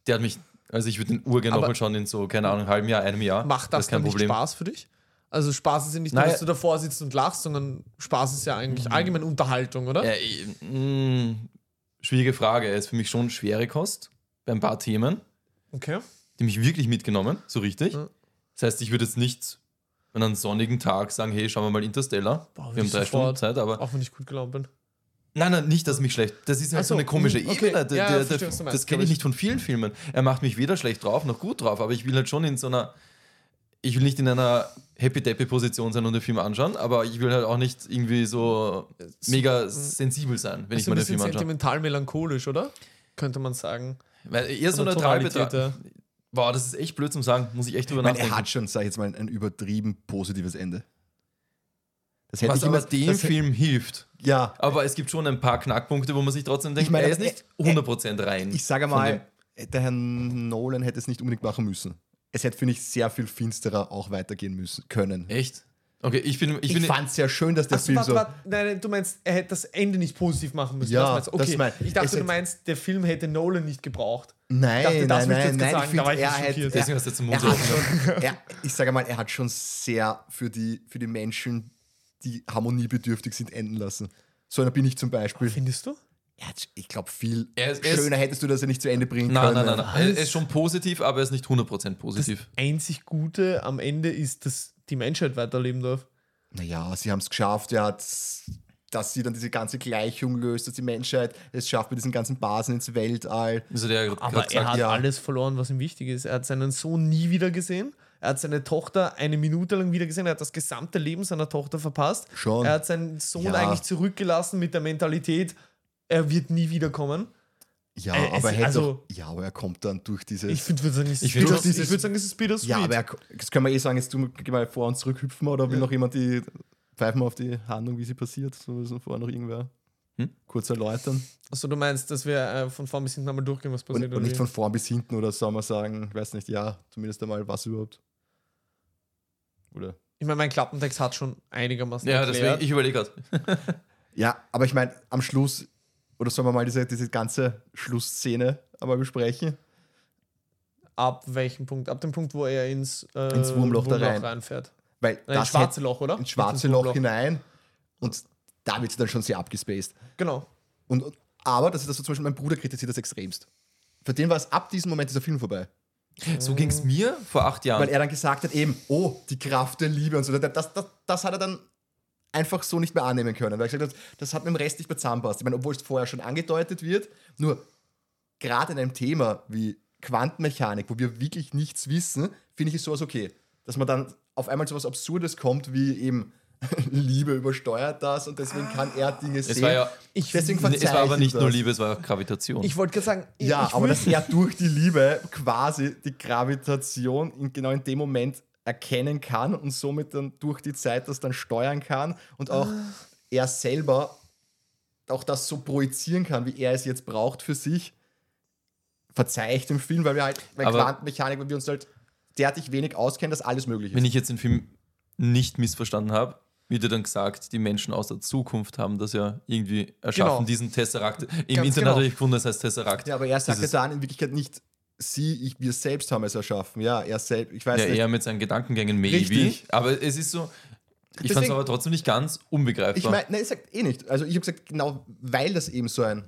Speaker 1: der hat mich, also ich würde den Urgen
Speaker 2: Aber-
Speaker 1: nochmal schauen in so, keine Ahnung, einem halben Jahr, einem Jahr.
Speaker 2: Macht das,
Speaker 1: ist
Speaker 2: dann nicht Spaß für dich? Also Spaß ist ja nicht nur,
Speaker 1: Naja.
Speaker 2: dass du davor sitzt und lachst, sondern Spaß ist ja
Speaker 3: Mhm.
Speaker 2: eigentlich allgemein Unterhaltung, oder?
Speaker 1: Ja, ich- mh, Äh, mm, schwierige Frage. Er ist für mich schon schwere Kost bei ein paar Themen,
Speaker 2: Okay.
Speaker 1: die mich wirklich mitgenommen, so richtig.
Speaker 2: Ja.
Speaker 1: Das heißt, ich würde jetzt nicht an einem sonnigen Tag sagen, hey, schauen wir mal Interstellar. wir
Speaker 2: Boah,
Speaker 1: haben
Speaker 2: nicht
Speaker 1: drei
Speaker 2: sofort.
Speaker 1: Stunden Zeit, aber
Speaker 2: Auch wenn ich gut gelaunt bin.
Speaker 1: Nein, nein, nicht, dass mich schlecht. Das ist halt
Speaker 2: Ach
Speaker 1: so,
Speaker 2: so,
Speaker 1: eine komische
Speaker 2: mhm, okay.
Speaker 1: Ebene. Der,
Speaker 2: Ja,
Speaker 1: der,
Speaker 2: verstehe,
Speaker 1: der,
Speaker 2: was du meinst,
Speaker 1: das kenne ich
Speaker 2: glaub ich.
Speaker 1: nicht von vielen Filmen. Er macht mich weder schlecht drauf noch gut drauf, aber ich will halt schon in so einer. Ich will nicht in einer Happy-Dappy-Position sein und den Film anschauen, aber ich will halt auch nicht irgendwie so mega sensibel sein, wenn ich
Speaker 2: Ist
Speaker 1: mir
Speaker 2: Also
Speaker 1: den
Speaker 2: ein bisschen
Speaker 1: Film anschaue.
Speaker 2: sentimental melancholisch, oder? Könnte man sagen.
Speaker 1: Weil eher so
Speaker 2: Von der
Speaker 1: neutral
Speaker 2: Tonalität
Speaker 1: betrachtet. Boah, das ist echt blöd zum Sagen, muss ich echt drüber
Speaker 3: Ich meine,
Speaker 1: nachdenken.
Speaker 3: er hat schon, sag ich jetzt mal, ein übertrieben positives Ende. Das hätte
Speaker 1: was
Speaker 3: ich immer,
Speaker 1: aber dem
Speaker 3: das, hä-
Speaker 1: Film hilft.
Speaker 3: Ja,
Speaker 1: Aber es gibt schon ein paar Knackpunkte, wo man sich trotzdem denkt,
Speaker 3: Ich meine,
Speaker 1: er ist nicht 100% rein.
Speaker 3: ich sage
Speaker 1: von dem-
Speaker 3: mal, der Herr Nolan hätte es nicht unbedingt machen müssen. Es hätte, finde ich, sehr viel finsterer auch weitergehen müssen können.
Speaker 1: Echt? Okay, ich bin. Ich
Speaker 3: Ich,
Speaker 1: bin
Speaker 3: fand's ja schön, dass der
Speaker 2: Achso,
Speaker 3: Film
Speaker 2: warte,
Speaker 3: so.
Speaker 2: warte, nein, nein, du meinst, er hätte das Ende nicht positiv machen müssen.
Speaker 3: Ja,
Speaker 2: das meinst, du.
Speaker 3: das
Speaker 2: okay.
Speaker 3: mein-
Speaker 2: ich
Speaker 3: es
Speaker 2: dachte, du
Speaker 3: hätte-
Speaker 2: meinst, der Film hätte Nolan nicht gebraucht.
Speaker 3: Nein,
Speaker 2: dachte, das
Speaker 3: nein,
Speaker 2: willst du
Speaker 3: nein,
Speaker 2: jetzt sagen,
Speaker 3: nein, ich
Speaker 2: da war
Speaker 3: finde,
Speaker 2: ich
Speaker 3: er
Speaker 2: nicht
Speaker 3: hat,
Speaker 2: schockiert.
Speaker 3: er,
Speaker 1: Deswegen hast du jetzt den Mund
Speaker 3: er hat schon, er, ich sage mal, er hat schon sehr für die, für die Menschen, die harmoniebedürftig sind, enden lassen. So einer bin ich zum Beispiel.
Speaker 2: Findest du?
Speaker 3: Er hat, ich glaube, viel
Speaker 1: Er ist- er ist-
Speaker 3: schöner hättest du das ja nicht zu Ende bringen
Speaker 1: nein, nein,
Speaker 3: können.
Speaker 1: nein, nein. Er ist schon positiv, aber er ist nicht 100% positiv.
Speaker 2: Einzig Gute am Ende ist, dass die Menschheit weiterleben darf.
Speaker 3: Naja, sie haben es geschafft. Er hat, dass sie dann diese ganze Gleichung löst, dass die Menschheit es schafft mit diesen ganzen Basen ins Weltall.
Speaker 1: Also der hat
Speaker 2: Aber
Speaker 1: gerade
Speaker 2: er
Speaker 1: gesagt,
Speaker 2: hat
Speaker 3: ja.
Speaker 2: alles verloren, was ihm wichtig ist. Er hat seinen Sohn nie wieder gesehen. Er hat seine Tochter eine Minute lang wieder gesehen. Er hat das gesamte Leben seiner Tochter verpasst.
Speaker 3: Schon.
Speaker 2: Er hat seinen Sohn
Speaker 3: Ja.
Speaker 2: eigentlich zurückgelassen mit der Mentalität, er wird nie wiederkommen.
Speaker 3: Ja,
Speaker 2: Äh, es-
Speaker 3: aber er hätte
Speaker 2: also-
Speaker 3: auch, ja, aber er kommt dann durch dieses.
Speaker 2: Ich finde, würde sagen, es
Speaker 1: Ich
Speaker 2: ist
Speaker 1: find
Speaker 2: bitter-
Speaker 3: das ist-
Speaker 2: ich würd sagen, es ist bittersweet.
Speaker 3: ja, aber er, das können wir eh sagen, jetzt tun wir mal vor und zurück hüpfen wir, oder will noch jemand die pfeifen wir auf die Handlung, wie sie passiert? So müssen vorher noch irgendwer
Speaker 1: Hm?
Speaker 3: kurz erläutern.
Speaker 2: Also du meinst, dass wir äh, von vorn bis hinten einmal durchgehen, was passiert?
Speaker 3: Und, und
Speaker 2: oder
Speaker 3: nicht
Speaker 2: wie?
Speaker 3: von vorn bis hinten oder soll man sagen, ich weiß nicht, ja, zumindest einmal was überhaupt. Oder?
Speaker 2: ich meine, mein Klappentext hat schon einigermaßen
Speaker 1: ja,
Speaker 2: erklärt.
Speaker 1: deswegen, ich überlege gerade.
Speaker 3: Ja, aber ich meine, am Schluss, oder sollen wir mal diese, diese ganze Schlussszene einmal besprechen?
Speaker 2: ab welchem Punkt? Ab dem Punkt, wo er ins, äh,
Speaker 3: Ins Wurmloch da rein.
Speaker 2: reinfährt.
Speaker 3: Weil
Speaker 2: Nein, ins
Speaker 3: das
Speaker 2: schwarze
Speaker 3: hätte-
Speaker 2: Loch, oder?
Speaker 3: ins schwarze
Speaker 2: Nicht ins
Speaker 3: Loch hinein und da wird es dann schon sehr abgespaced.
Speaker 2: Genau.
Speaker 3: Und, und, aber, das ist das, was zum Beispiel mein Bruder kritisiert das extremst. Für den war es ab diesem Moment dieser Film vorbei.
Speaker 1: So ging es mir vor acht Jahren.
Speaker 3: Äh. Weil er dann gesagt hat, eben, oh, die Kraft der Liebe und so. Das, das, das, das hat er dann einfach so nicht mehr annehmen können. Weil er gesagt hat, das hat mit dem Rest nicht mehr zusammenpasst. Ich meine, obwohl es vorher schon angedeutet wird, nur gerade in einem Thema wie Quantenmechanik, wo wir wirklich nichts wissen, finde ich es sowas okay. Dass man dann auf einmal sowas Absurdes kommt, wie eben Liebe übersteuert das und deswegen kann er Dinge sehen.
Speaker 1: es war ja.
Speaker 2: Ich,
Speaker 3: Deswegen
Speaker 1: Nee, es war aber
Speaker 3: verzeichnet
Speaker 1: nicht nur
Speaker 3: das.
Speaker 1: Liebe, es war auch Gravitation.
Speaker 2: ich wollte gerade sagen, ich,
Speaker 3: Ja,
Speaker 2: ich
Speaker 3: aber
Speaker 2: würd-
Speaker 3: dass er durch die Liebe quasi die Gravitation in genau in dem Moment erkennen kann und somit dann durch die Zeit das dann steuern kann und auch
Speaker 2: Ah.
Speaker 3: er selber auch das so projizieren kann, wie er es jetzt braucht für sich, verzeih ich dem Film, weil wir halt bei
Speaker 1: Aber-
Speaker 3: Quantenmechanik, weil wir uns halt derartig wenig auskennen, dass alles möglich
Speaker 1: Wenn
Speaker 3: ist.
Speaker 1: ich jetzt den Film nicht missverstanden habe, wird ja dann gesagt, die Menschen aus der Zukunft haben das ja irgendwie erschaffen,
Speaker 2: Genau.
Speaker 1: diesen Tesserakt. Im
Speaker 2: Ganz
Speaker 1: Internet
Speaker 2: genau.
Speaker 1: habe ich gefunden, das heißt Tesserakt.
Speaker 3: Ja, aber er sagt ja
Speaker 1: Dieses-
Speaker 3: dann in Wirklichkeit nicht, sie, ich, wir selbst haben es erschaffen. Ja, er selbst, ich weiß
Speaker 1: Ja,
Speaker 3: nicht.
Speaker 1: eher mit seinen Gedankengängen, maybe.
Speaker 3: Richtig.
Speaker 1: Aber es ist so, ich fand es
Speaker 3: Deswegen-
Speaker 1: aber trotzdem nicht ganz
Speaker 3: Ich
Speaker 1: unbegreifbar.
Speaker 3: meine, nein, ich sag eh nicht. Also ich habe gesagt, genau weil das eben so ein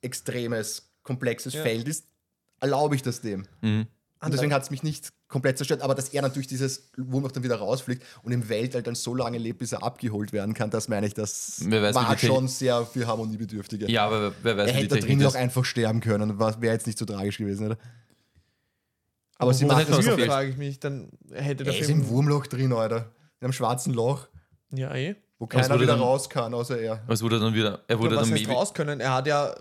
Speaker 3: extremes, komplexes
Speaker 2: Ja.
Speaker 3: Feld ist, erlaube ich das dem.
Speaker 1: mhm.
Speaker 3: Und deswegen hat es mich nicht komplett zerstört, aber dass er natürlich dieses Wurmloch dann wieder rausfliegt und im Weltall dann so lange lebt, bis er abgeholt werden kann, das meine ich, das
Speaker 1: Wer weiß, wie
Speaker 3: war
Speaker 1: die Techn-
Speaker 3: schon sehr für Harmoniebedürftige.
Speaker 1: Ja, aber wer weiß,
Speaker 3: er
Speaker 1: wie die
Speaker 3: hätte da
Speaker 1: Technik
Speaker 3: drin
Speaker 1: ist.
Speaker 3: auch einfach sterben können, wäre jetzt nicht so tragisch gewesen, oder? Aber, sie
Speaker 2: wo
Speaker 3: machen
Speaker 2: hätte
Speaker 3: es
Speaker 1: so
Speaker 2: früher,
Speaker 1: viel.
Speaker 2: frage ich mich, dann hätte der
Speaker 3: Er ist im
Speaker 2: Film...
Speaker 3: Wurmloch drin, Alter. In einem schwarzen Loch,
Speaker 2: Ja, eh.
Speaker 3: wo
Speaker 1: es
Speaker 3: keiner
Speaker 1: wurde
Speaker 3: wieder
Speaker 1: dann-
Speaker 3: raus kann, außer er.
Speaker 1: Was wurde dann wieder? Er wurde
Speaker 2: Oder
Speaker 1: dann
Speaker 2: was heißt
Speaker 1: maybe.
Speaker 2: raus können? Er hat ja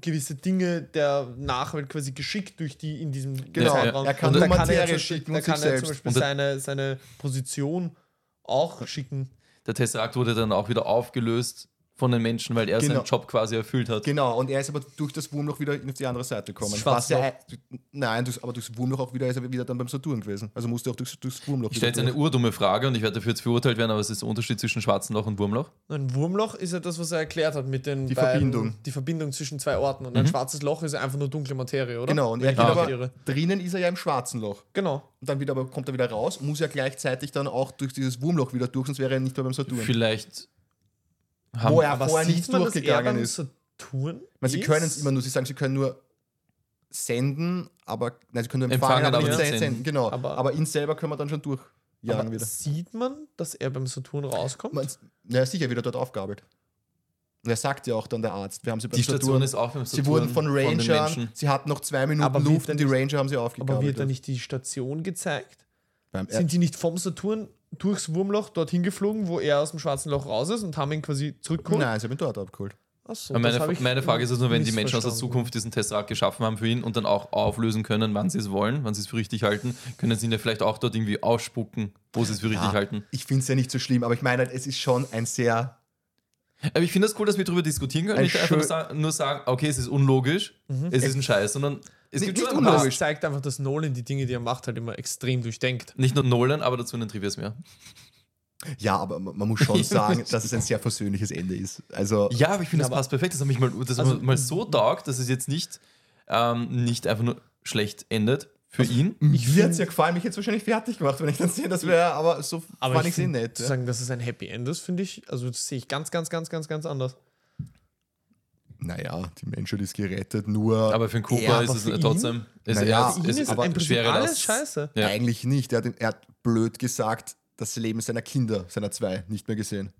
Speaker 2: gewisse Dinge der Nachwelt quasi geschickt durch die in diesem
Speaker 3: Genau,
Speaker 2: Zeitraum.
Speaker 3: er kann
Speaker 2: Und da
Speaker 3: nur
Speaker 2: er ja
Speaker 3: Materie
Speaker 2: zum-
Speaker 3: schicken
Speaker 2: Da
Speaker 3: und sich
Speaker 2: kann er
Speaker 3: selbst.
Speaker 2: zum Beispiel
Speaker 1: Und da-
Speaker 2: seine, seine Position auch schicken.
Speaker 1: Der Tesserakt wurde dann auch wieder aufgelöst von den Menschen, weil er
Speaker 3: Genau.
Speaker 1: seinen Job quasi erfüllt hat.
Speaker 3: Genau, und er ist aber durch das Wurmloch wieder auf die andere Seite gekommen.
Speaker 2: Das Schwarze
Speaker 3: Was ja- nein, durchs, aber durchs Wurmloch auch wieder ist er wieder dann beim Saturn gewesen. Also musste auch durchs, durchs Wurmloch
Speaker 1: Ich stelle jetzt
Speaker 3: wieder
Speaker 1: eine
Speaker 3: durch.
Speaker 1: urdumme Frage und ich werde dafür jetzt verurteilt werden, aber es ist der Unterschied zwischen schwarzen Loch und Wurmloch.
Speaker 2: Ein Wurmloch ist ja das, was er erklärt hat mit den
Speaker 3: Die
Speaker 2: beiden-
Speaker 3: Verbindung. Mhm.
Speaker 2: Die Verbindung zwischen zwei Orten. Und ein schwarzes Loch ist ja einfach nur dunkle Materie, oder?
Speaker 3: Genau, und er
Speaker 2: Wenn
Speaker 3: geht
Speaker 2: ich mich
Speaker 3: aber
Speaker 2: nicht irre.
Speaker 3: drinnen ist er ja im schwarzen Loch.
Speaker 2: Genau.
Speaker 3: Und dann wieder, aber kommt er wieder raus und muss ja gleichzeitig dann auch durch dieses Wurmloch wieder durch, sonst wäre er nicht mehr beim Saturn.
Speaker 1: Vielleicht haben
Speaker 3: Wo er Oh vorher nicht durchgegangen
Speaker 2: beim
Speaker 3: ist.
Speaker 2: Saturn
Speaker 3: Ich meine, sie
Speaker 2: ist?
Speaker 3: können es immer nur, sie sagen, sie können nur senden, aber nein, sie können nur empfangen,
Speaker 1: Empfangen,
Speaker 3: aber
Speaker 1: aber
Speaker 3: nicht
Speaker 1: nicht
Speaker 3: senden.
Speaker 1: senden.
Speaker 3: Genau, aber,
Speaker 2: Aber-
Speaker 3: ihn selber können wir dann schon durchjagen
Speaker 2: aber
Speaker 3: wieder.
Speaker 2: Sieht man, dass er beim Saturn rauskommt?
Speaker 3: Man, na, sicher wieder dort aufgabelt. Und er sagt ja auch dann der Arzt, wir haben sie beim
Speaker 1: die Station
Speaker 3: Saturn
Speaker 1: ist um auch im Saturn
Speaker 3: Sie wurden von
Speaker 1: den
Speaker 3: Rangern, Oh,
Speaker 1: Menschen.
Speaker 3: sie hatten noch zwei Minuten
Speaker 2: Aber wird
Speaker 3: Luft
Speaker 2: er
Speaker 3: und die
Speaker 2: nicht-
Speaker 3: Ranger haben sie aufgegabelt.
Speaker 2: aber wird da nicht die Station gezeigt?
Speaker 3: Beim
Speaker 2: Sind sie nicht vom Saturn durchs Wurmloch dorthin geflogen, wo er aus dem schwarzen Loch raus ist und haben ihn quasi zurückgeholt?
Speaker 3: Nein, sie haben ihn dort abgeholt.
Speaker 2: Achso,
Speaker 1: Aber
Speaker 2: das hab
Speaker 1: Meine,
Speaker 2: ich
Speaker 1: meine Frage ist es nur, wenn die Menschen aus der
Speaker 2: missverstanden.
Speaker 1: Zukunft diesen Tesserakt geschaffen haben für ihn und dann auch auflösen können, wann sie es wollen, wann sie es für richtig halten, können sie ihn ja vielleicht auch dort irgendwie ausspucken, wo sie es für richtig
Speaker 3: Ah,
Speaker 1: halten.
Speaker 3: Ich finde es ja nicht so schlimm, aber ich meine, halt, es ist schon ein sehr.
Speaker 1: Aber ich finde das cool, dass wir darüber diskutieren können.
Speaker 3: Ein
Speaker 1: Nicht einfach nur
Speaker 3: schön-
Speaker 1: sagen, nur sagen, okay, es ist unlogisch, es ist ein Scheiß, sondern es
Speaker 3: Nee,
Speaker 1: gibt
Speaker 3: nicht
Speaker 1: schon ein
Speaker 2: Aber
Speaker 1: paar-
Speaker 2: es zeigt einfach, dass Nolan die Dinge, die er macht, halt immer extrem durchdenkt.
Speaker 1: Nicht nur Nolan, aber dazu einen Trivias mehr.
Speaker 3: Ja, aber man man muss schon sagen, dass es ein sehr versöhnliches Ende ist. Also,
Speaker 1: Ja, aber ich finde, das
Speaker 2: aber-
Speaker 1: passt perfekt. Das hat mich mal, das
Speaker 2: Also-
Speaker 1: mal- mal so taugt, dass es jetzt nicht, ähm, nicht einfach nur schlecht endet für ihn.
Speaker 3: ich würde es ja gefallen, mich jetzt wahrscheinlich fertig gemacht, wenn ich dann sehe, das wäre, aber so fand ich es eh
Speaker 2: find,
Speaker 3: nicht.
Speaker 2: Zu
Speaker 3: Ja.
Speaker 2: sagen, dass es ein Happy End ist, finde ich, also das sehe ich ganz, ganz, ganz, ganz, ganz anders.
Speaker 3: Naja, die Menschheit ist gerettet, nur
Speaker 1: Aber für den Cooper
Speaker 3: Ja,
Speaker 1: ist
Speaker 2: aber
Speaker 1: es
Speaker 2: für ihn-
Speaker 1: trotzdem. Ist
Speaker 3: Naja,
Speaker 1: er,
Speaker 3: für ihn
Speaker 1: Ah, ist,
Speaker 3: ist
Speaker 1: aber
Speaker 3: im
Speaker 2: Prinzip
Speaker 1: schwerer
Speaker 2: alles
Speaker 1: Last.
Speaker 2: scheiße.
Speaker 1: Ja.
Speaker 3: eigentlich nicht. Er hat, er hat blöd gesagt, das Leben seiner Kinder, seiner zwei, nicht mehr gesehen.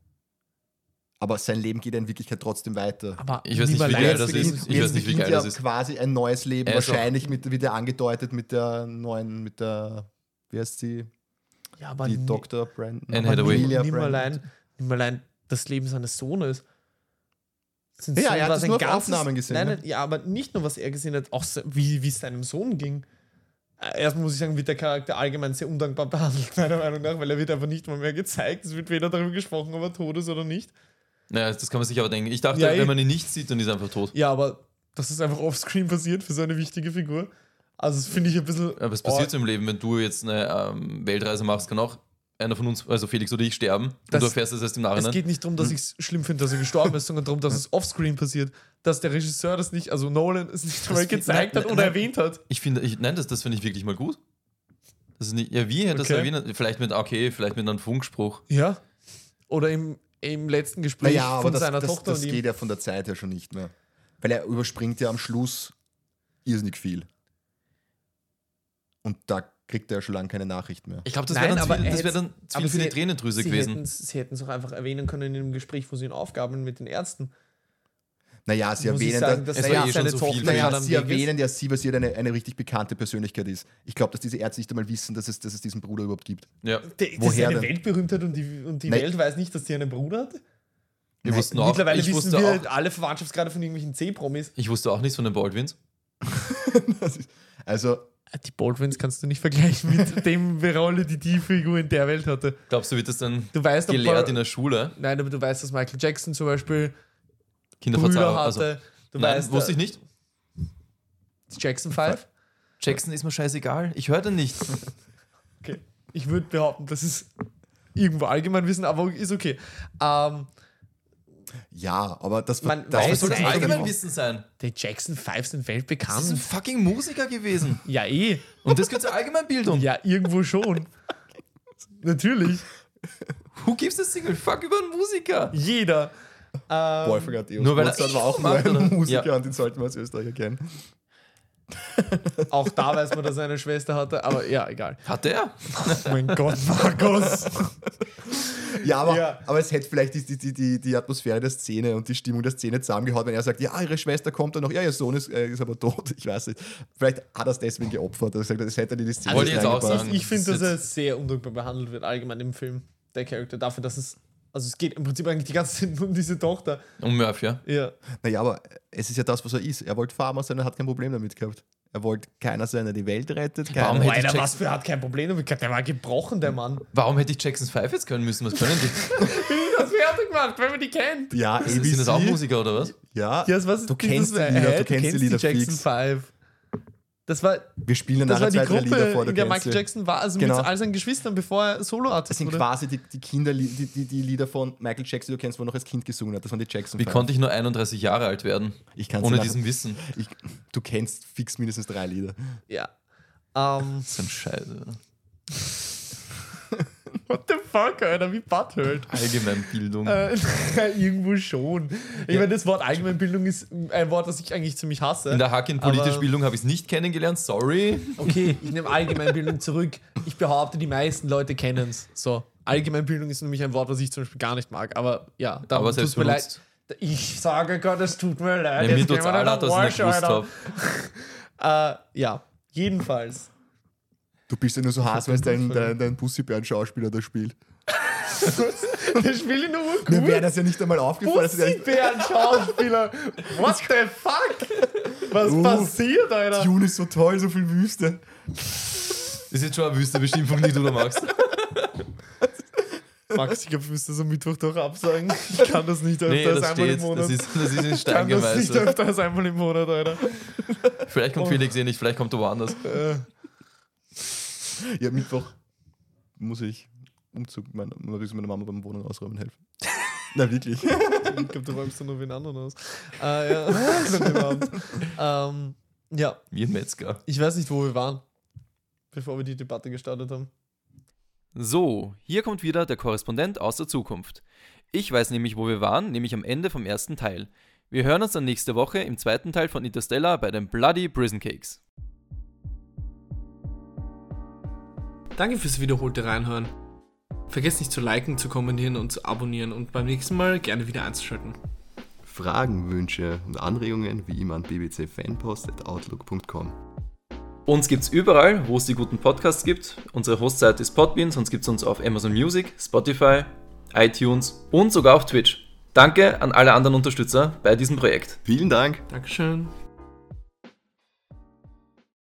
Speaker 3: Aber sein Leben geht ja in Wirklichkeit trotzdem weiter.
Speaker 2: Aber
Speaker 1: Ich weiß nicht,
Speaker 2: niemand
Speaker 1: wie geil
Speaker 2: leid-
Speaker 1: das ist. Ich
Speaker 3: Jetzt
Speaker 1: weiß nicht, wie
Speaker 3: beginnt
Speaker 1: geil
Speaker 3: ja
Speaker 1: das ist. Also-
Speaker 3: quasi ein neues Leben,
Speaker 1: Er ist
Speaker 3: wahrscheinlich mit, wieder angedeutet mit der neuen, mit der, wie heißt sie?
Speaker 2: Ja, aber
Speaker 3: die
Speaker 2: ni-
Speaker 3: Dr. Brandon.
Speaker 1: Anne
Speaker 2: aber
Speaker 1: Hathaway.
Speaker 2: nimm-
Speaker 3: Amelia
Speaker 2: nimm
Speaker 3: Brandon.
Speaker 2: allein, nimm allein das Leben seines Sohnes. Sein
Speaker 3: Ja, er hat
Speaker 2: war
Speaker 3: es
Speaker 2: sein
Speaker 3: nur auf
Speaker 2: ganzes-
Speaker 3: Aufnahmen gesehen,
Speaker 2: Nein,
Speaker 3: ne?
Speaker 2: nein, ja, aber nicht nur, was er gesehen hat, auch se- wie wie es seinem Sohn ging. Äh, Erstmal muss ich sagen, wird der Charakter allgemein sehr undankbar behandelt, meiner Meinung nach, weil er wird einfach nicht mal mehr gezeigt. Es wird weder darüber gesprochen, ob er tot ist oder nicht.
Speaker 1: Naja, das kann man sich aber denken. Ich dachte,
Speaker 2: Ja, eh.
Speaker 1: wenn man ihn nicht sieht, dann ist er einfach tot.
Speaker 2: Ja, aber das ist einfach offscreen passiert für so eine wichtige Figur. Also, das finde ich ein bisschen.
Speaker 1: Aber es passiert so im Leben, wenn du jetzt eine ähm, Weltreise machst, kann auch einer von uns, also Felix oder ich, sterben.
Speaker 2: Das-
Speaker 1: und du erfährst das erst im
Speaker 2: Es
Speaker 1: Nachhinein.
Speaker 2: geht nicht darum,
Speaker 3: Hm.
Speaker 2: dass ich es schlimm finde, dass er gestorben ist, sondern darum, dass es offscreen passiert, dass der Regisseur das nicht, also Nolan es nicht mal
Speaker 1: fi-
Speaker 2: gezeigt
Speaker 1: nein,
Speaker 2: hat
Speaker 1: nein,
Speaker 2: oder
Speaker 1: nein.
Speaker 2: erwähnt hat.
Speaker 1: Ich finde, ich, nein, das, das finde ich wirklich mal gut. Das ist nicht, ja, wie hätte das
Speaker 2: Okay.
Speaker 1: erwähnt? Vielleicht mit, okay, vielleicht mit einem Funkspruch.
Speaker 2: Ja. Oder im, im letzten Gespräch
Speaker 3: Naja, aber
Speaker 2: von
Speaker 3: das,
Speaker 2: seiner
Speaker 3: das,
Speaker 2: Tochter
Speaker 3: das
Speaker 2: und ihm.
Speaker 3: geht ja von der Zeit her schon nicht mehr. Weil er überspringt ja am Schluss irrsinnig viel. Und da kriegt er ja schon lange keine Nachricht mehr.
Speaker 1: Ich glaube, das
Speaker 2: Nein,
Speaker 1: wäre dann,
Speaker 2: aber
Speaker 1: zu viel-
Speaker 2: er
Speaker 1: das wär
Speaker 2: hätte-
Speaker 1: dann zu
Speaker 2: aber
Speaker 1: viel für
Speaker 2: sie-
Speaker 1: die Tränendrüse
Speaker 2: Sie
Speaker 1: gewesen.
Speaker 2: hätten's- Sie hätten es auch einfach erwähnen können in dem Gespräch, wo sie ihn aufgaben mit den Ärzten.
Speaker 3: Naja, sie
Speaker 2: Muss ich
Speaker 3: erwähnen,
Speaker 2: sagen,
Speaker 3: da-
Speaker 2: dass
Speaker 1: es
Speaker 2: er
Speaker 1: war
Speaker 2: ja
Speaker 1: eh schon
Speaker 2: seine
Speaker 1: so viel
Speaker 2: Tochter
Speaker 1: für ihn.
Speaker 2: ja
Speaker 3: Naja,
Speaker 2: dann
Speaker 3: sie
Speaker 2: weg ist.
Speaker 3: erwähnen ja sie, weil sie ja eine, eine richtig bekannte Persönlichkeit ist. Ich glaube, dass diese Ärzte nicht einmal wissen, dass es, dass es diesen Bruder überhaupt gibt.
Speaker 1: Ja.
Speaker 2: Der- Das ist
Speaker 3: Woher
Speaker 2: eine
Speaker 3: denn?
Speaker 2: Weltberühmtheit und die, und die
Speaker 3: Nein.
Speaker 2: Welt weiß nicht, dass sie einen Bruder hat.
Speaker 1: Wir
Speaker 3: Nein,
Speaker 1: wussten auch,
Speaker 2: Mittlerweile
Speaker 1: ich
Speaker 2: wissen
Speaker 1: wusste
Speaker 2: wir halt
Speaker 1: auch,
Speaker 2: alle Verwandtschaftsgrade von irgendwelchen C-Promis.
Speaker 1: ich wusste auch nichts von den Baldwins.
Speaker 3: Das ist- also,
Speaker 2: Die Baldwins kannst du nicht vergleichen mit dem Rolle, die die Figur in der Welt hatte.
Speaker 1: Glaubst du, wird das dann
Speaker 2: Du weißt, ob
Speaker 1: gelehrt
Speaker 2: Bar-
Speaker 1: in der Schule?
Speaker 2: Nein, aber du weißt, dass Michael Jackson zum Beispiel Brüder
Speaker 1: Kinderverzeihung.
Speaker 2: hatte.
Speaker 1: Also,
Speaker 2: du
Speaker 1: nein,
Speaker 2: weißt,
Speaker 1: wusste ich nicht.
Speaker 2: die Jackson 5.
Speaker 1: Jackson ist mir scheißegal. Ich höre den nicht.
Speaker 2: Okay. Ich würde behaupten, das ist irgendwo Allgemeinwissen, aber ist okay. Ähm,
Speaker 3: ja, aber das,
Speaker 2: Man
Speaker 3: das
Speaker 2: weiß
Speaker 1: Soll
Speaker 3: das
Speaker 1: das
Speaker 2: Nein,
Speaker 1: Allgemeinwissen sein?
Speaker 2: die Jackson 5 sind
Speaker 1: Das ist ein
Speaker 2: weltbekannt.
Speaker 1: fucking Musiker gewesen.
Speaker 2: Ja, eh.
Speaker 1: Und das gehört zur Allgemeinbildung.
Speaker 2: Ja, irgendwo schon. Natürlich.
Speaker 1: Who gives a single fuck über einen Musiker?
Speaker 2: Jeder. Ähm,
Speaker 3: Wolfgang hat eh
Speaker 1: Nur weil er
Speaker 3: Mozart war auch nur
Speaker 1: macht,
Speaker 3: ein
Speaker 1: oder?
Speaker 3: Musiker
Speaker 1: Ja.
Speaker 3: und den sollten wir als Österreicher kennen.
Speaker 2: auch da weiß man, dass er eine Schwester hatte, aber ja, egal.
Speaker 1: Hat er?
Speaker 2: Oh mein Gott, Markus.
Speaker 3: Ja, aber,
Speaker 2: Ja.
Speaker 3: aber es hätte vielleicht die, die- die, die, die Atmosphäre der Szene und die Stimmung der Szene zusammengehauen, wenn er sagt, ja, ihre Schwester kommt dann noch, ja, ihr Sohn ist, äh, ist aber tot, ich weiß nicht. Vielleicht hat er es deswegen geopfert, dass er gesagt hat, das hätte er in die Szene
Speaker 2: Also
Speaker 1: Wollte ich
Speaker 3: nicht
Speaker 1: jetzt auch
Speaker 3: reingepasst.
Speaker 1: sagen.
Speaker 2: Ich finde,
Speaker 1: Das
Speaker 2: dass
Speaker 1: ist
Speaker 2: er sehr undankbar behandelt wird, allgemein im Film, der Charakter. Dafür, dass es. Also, es geht im Prinzip eigentlich die ganze Zeit nur um diese Tochter.
Speaker 1: Um Murphy, ja.
Speaker 2: Ja.
Speaker 3: Naja, aber es ist ja das, was er ist. Er wollte Farmer sein und hat kein Problem damit gehabt. Er wollte keiner sein, der die Welt rettet.
Speaker 1: Warum
Speaker 3: Keiner.
Speaker 1: hätte-
Speaker 2: Weil er
Speaker 1: Jackson-
Speaker 2: was für hat kein Problem damit gehabt. Der war gebrochen, der Mann.
Speaker 1: Warum hätte ich Jacksons Five jetzt können müssen? Was können die?
Speaker 2: das fertig gemacht, wenn man die kennt.
Speaker 3: Ja, ABC,
Speaker 1: Sind das auch Musiker oder was?
Speaker 3: Ja,
Speaker 2: Ja, das, was
Speaker 3: du
Speaker 2: dieses-
Speaker 3: kennst die
Speaker 2: äh,
Speaker 3: Lieder,
Speaker 2: äh,
Speaker 3: du kennst die Lieder
Speaker 2: Jackson
Speaker 3: fix.
Speaker 2: Five. Das war,
Speaker 3: Wir spielen dann
Speaker 2: das war
Speaker 3: nachher
Speaker 2: die
Speaker 3: zwei, drei Lieder
Speaker 2: Gruppe,
Speaker 3: vor, du
Speaker 2: in der
Speaker 3: kennst
Speaker 2: Michael
Speaker 3: sie.
Speaker 2: Jackson war, also
Speaker 3: Genau.
Speaker 2: mit all seinen Geschwistern, bevor er
Speaker 3: Das
Speaker 2: Solo-Artist
Speaker 3: sind
Speaker 2: wurde.
Speaker 3: quasi die, die Kinder, die, die, die Lieder von Michael Jackson, die du kennst, wo er noch als Kind gesungen hat. Das waren die Jackson
Speaker 1: Wie
Speaker 3: Five.
Speaker 1: konnte ich nur 31 Jahre alt werden?
Speaker 3: Ich kann's
Speaker 1: Ohne
Speaker 3: dir
Speaker 1: diesen Wissen.
Speaker 3: Ich, du kennst fix mindestens drei Lieder.
Speaker 2: Ja. Ähm,
Speaker 1: Das ist ein Scheiße.
Speaker 2: what the fuck, Alter, wie butthurt.
Speaker 1: Allgemeinbildung.
Speaker 2: Äh, irgendwo schon. Ich meine, das Wort Allgemeinbildung ist ein Wort, das ich eigentlich ziemlich hasse.
Speaker 1: In der Hack in politisch
Speaker 2: aber-
Speaker 1: Bildung habe ich es nicht kennengelernt. Sorry.
Speaker 2: Okay, ich nehme Allgemeinbildung zurück. Ich behaupte, die meisten Leute kennen es. So, Allgemeinbildung ist nämlich ein Wort, was ich zum Beispiel gar nicht mag. Aber ja, da
Speaker 1: Aber
Speaker 2: tut
Speaker 1: selbst
Speaker 2: mir leid.
Speaker 1: benutzt.
Speaker 2: Ich sage Gott, es tut mir leid.
Speaker 1: Ja, mir
Speaker 2: Jetzt
Speaker 1: tut's
Speaker 2: gehen wir
Speaker 1: auch
Speaker 2: nach
Speaker 1: leid, dass ich nicht
Speaker 2: Walsh,
Speaker 1: gewusst
Speaker 2: Alter.
Speaker 1: habe.
Speaker 2: Äh, ja, jedenfalls.
Speaker 3: Du bist ja nur so heiß, weil es dein, dein, dein Pussybären-Schauspieler da spielt.
Speaker 2: Das Spiel in der
Speaker 3: Mir wäre
Speaker 2: Urkunde.
Speaker 3: das ja nicht einmal aufgefallen. dass ich-
Speaker 2: Pussybären-Schauspieler. What the fuck? Was
Speaker 3: Uh.
Speaker 2: passiert, Alter?
Speaker 3: Dune ist so toll, so viel Wüste.
Speaker 1: Ist jetzt schon eine wüste Bestimmung, die du da machst.
Speaker 2: Max, ich glaube, wir müssen das am Mittwoch doch absagen. Ich kann das nicht öfter
Speaker 1: Nee,
Speaker 2: als
Speaker 1: das
Speaker 2: einmal
Speaker 1: steht.
Speaker 2: im Monat.
Speaker 1: Das ist, das ist in
Speaker 2: ich
Speaker 1: Stein
Speaker 2: kann das nicht
Speaker 1: gemeißelt.
Speaker 2: öfter als einmal im Monat, Alter.
Speaker 1: Vielleicht kommt Felix
Speaker 2: Oh.
Speaker 1: eh nicht, vielleicht kommt er woanders.
Speaker 2: Äh,
Speaker 3: Ja, Mittwoch muss ich Umzug meiner, meiner meiner Mama beim Wohnung ausräumen helfen. Na, wirklich.
Speaker 2: Ich glaube, du räumst dann nur wen anderen aus. Äh, ja. an dem Abend. ähm, ja,
Speaker 1: Wie ein Metzger.
Speaker 2: ich weiß nicht, wo wir waren, bevor wir die Debatte gestartet haben.
Speaker 1: So, hier kommt wieder der Korrespondent aus der Zukunft. Ich weiß nämlich, wo wir waren, nämlich am Ende vom ersten Teil. Wir hören uns dann nächste Woche im zweiten Teil von Interstellar bei den Bloody Prison Cakes.
Speaker 4: Danke fürs wiederholte Reinhören. Vergesst nicht zu liken, zu kommentieren und zu abonnieren und beim nächsten Mal gerne wieder einzuschalten.
Speaker 5: Fragen, Wünsche und Anregungen wie immer an bbcfanpost.outlook.com.
Speaker 1: Uns gibt's überall, wo es die guten Podcasts gibt. Unsere Hostseite ist Podbean, sonst gibt's uns auf Amazon Music, Spotify, iTunes und sogar auf Twitch. Danke an alle anderen Unterstützer bei diesem Projekt.
Speaker 5: Vielen Dank!
Speaker 4: Dankeschön.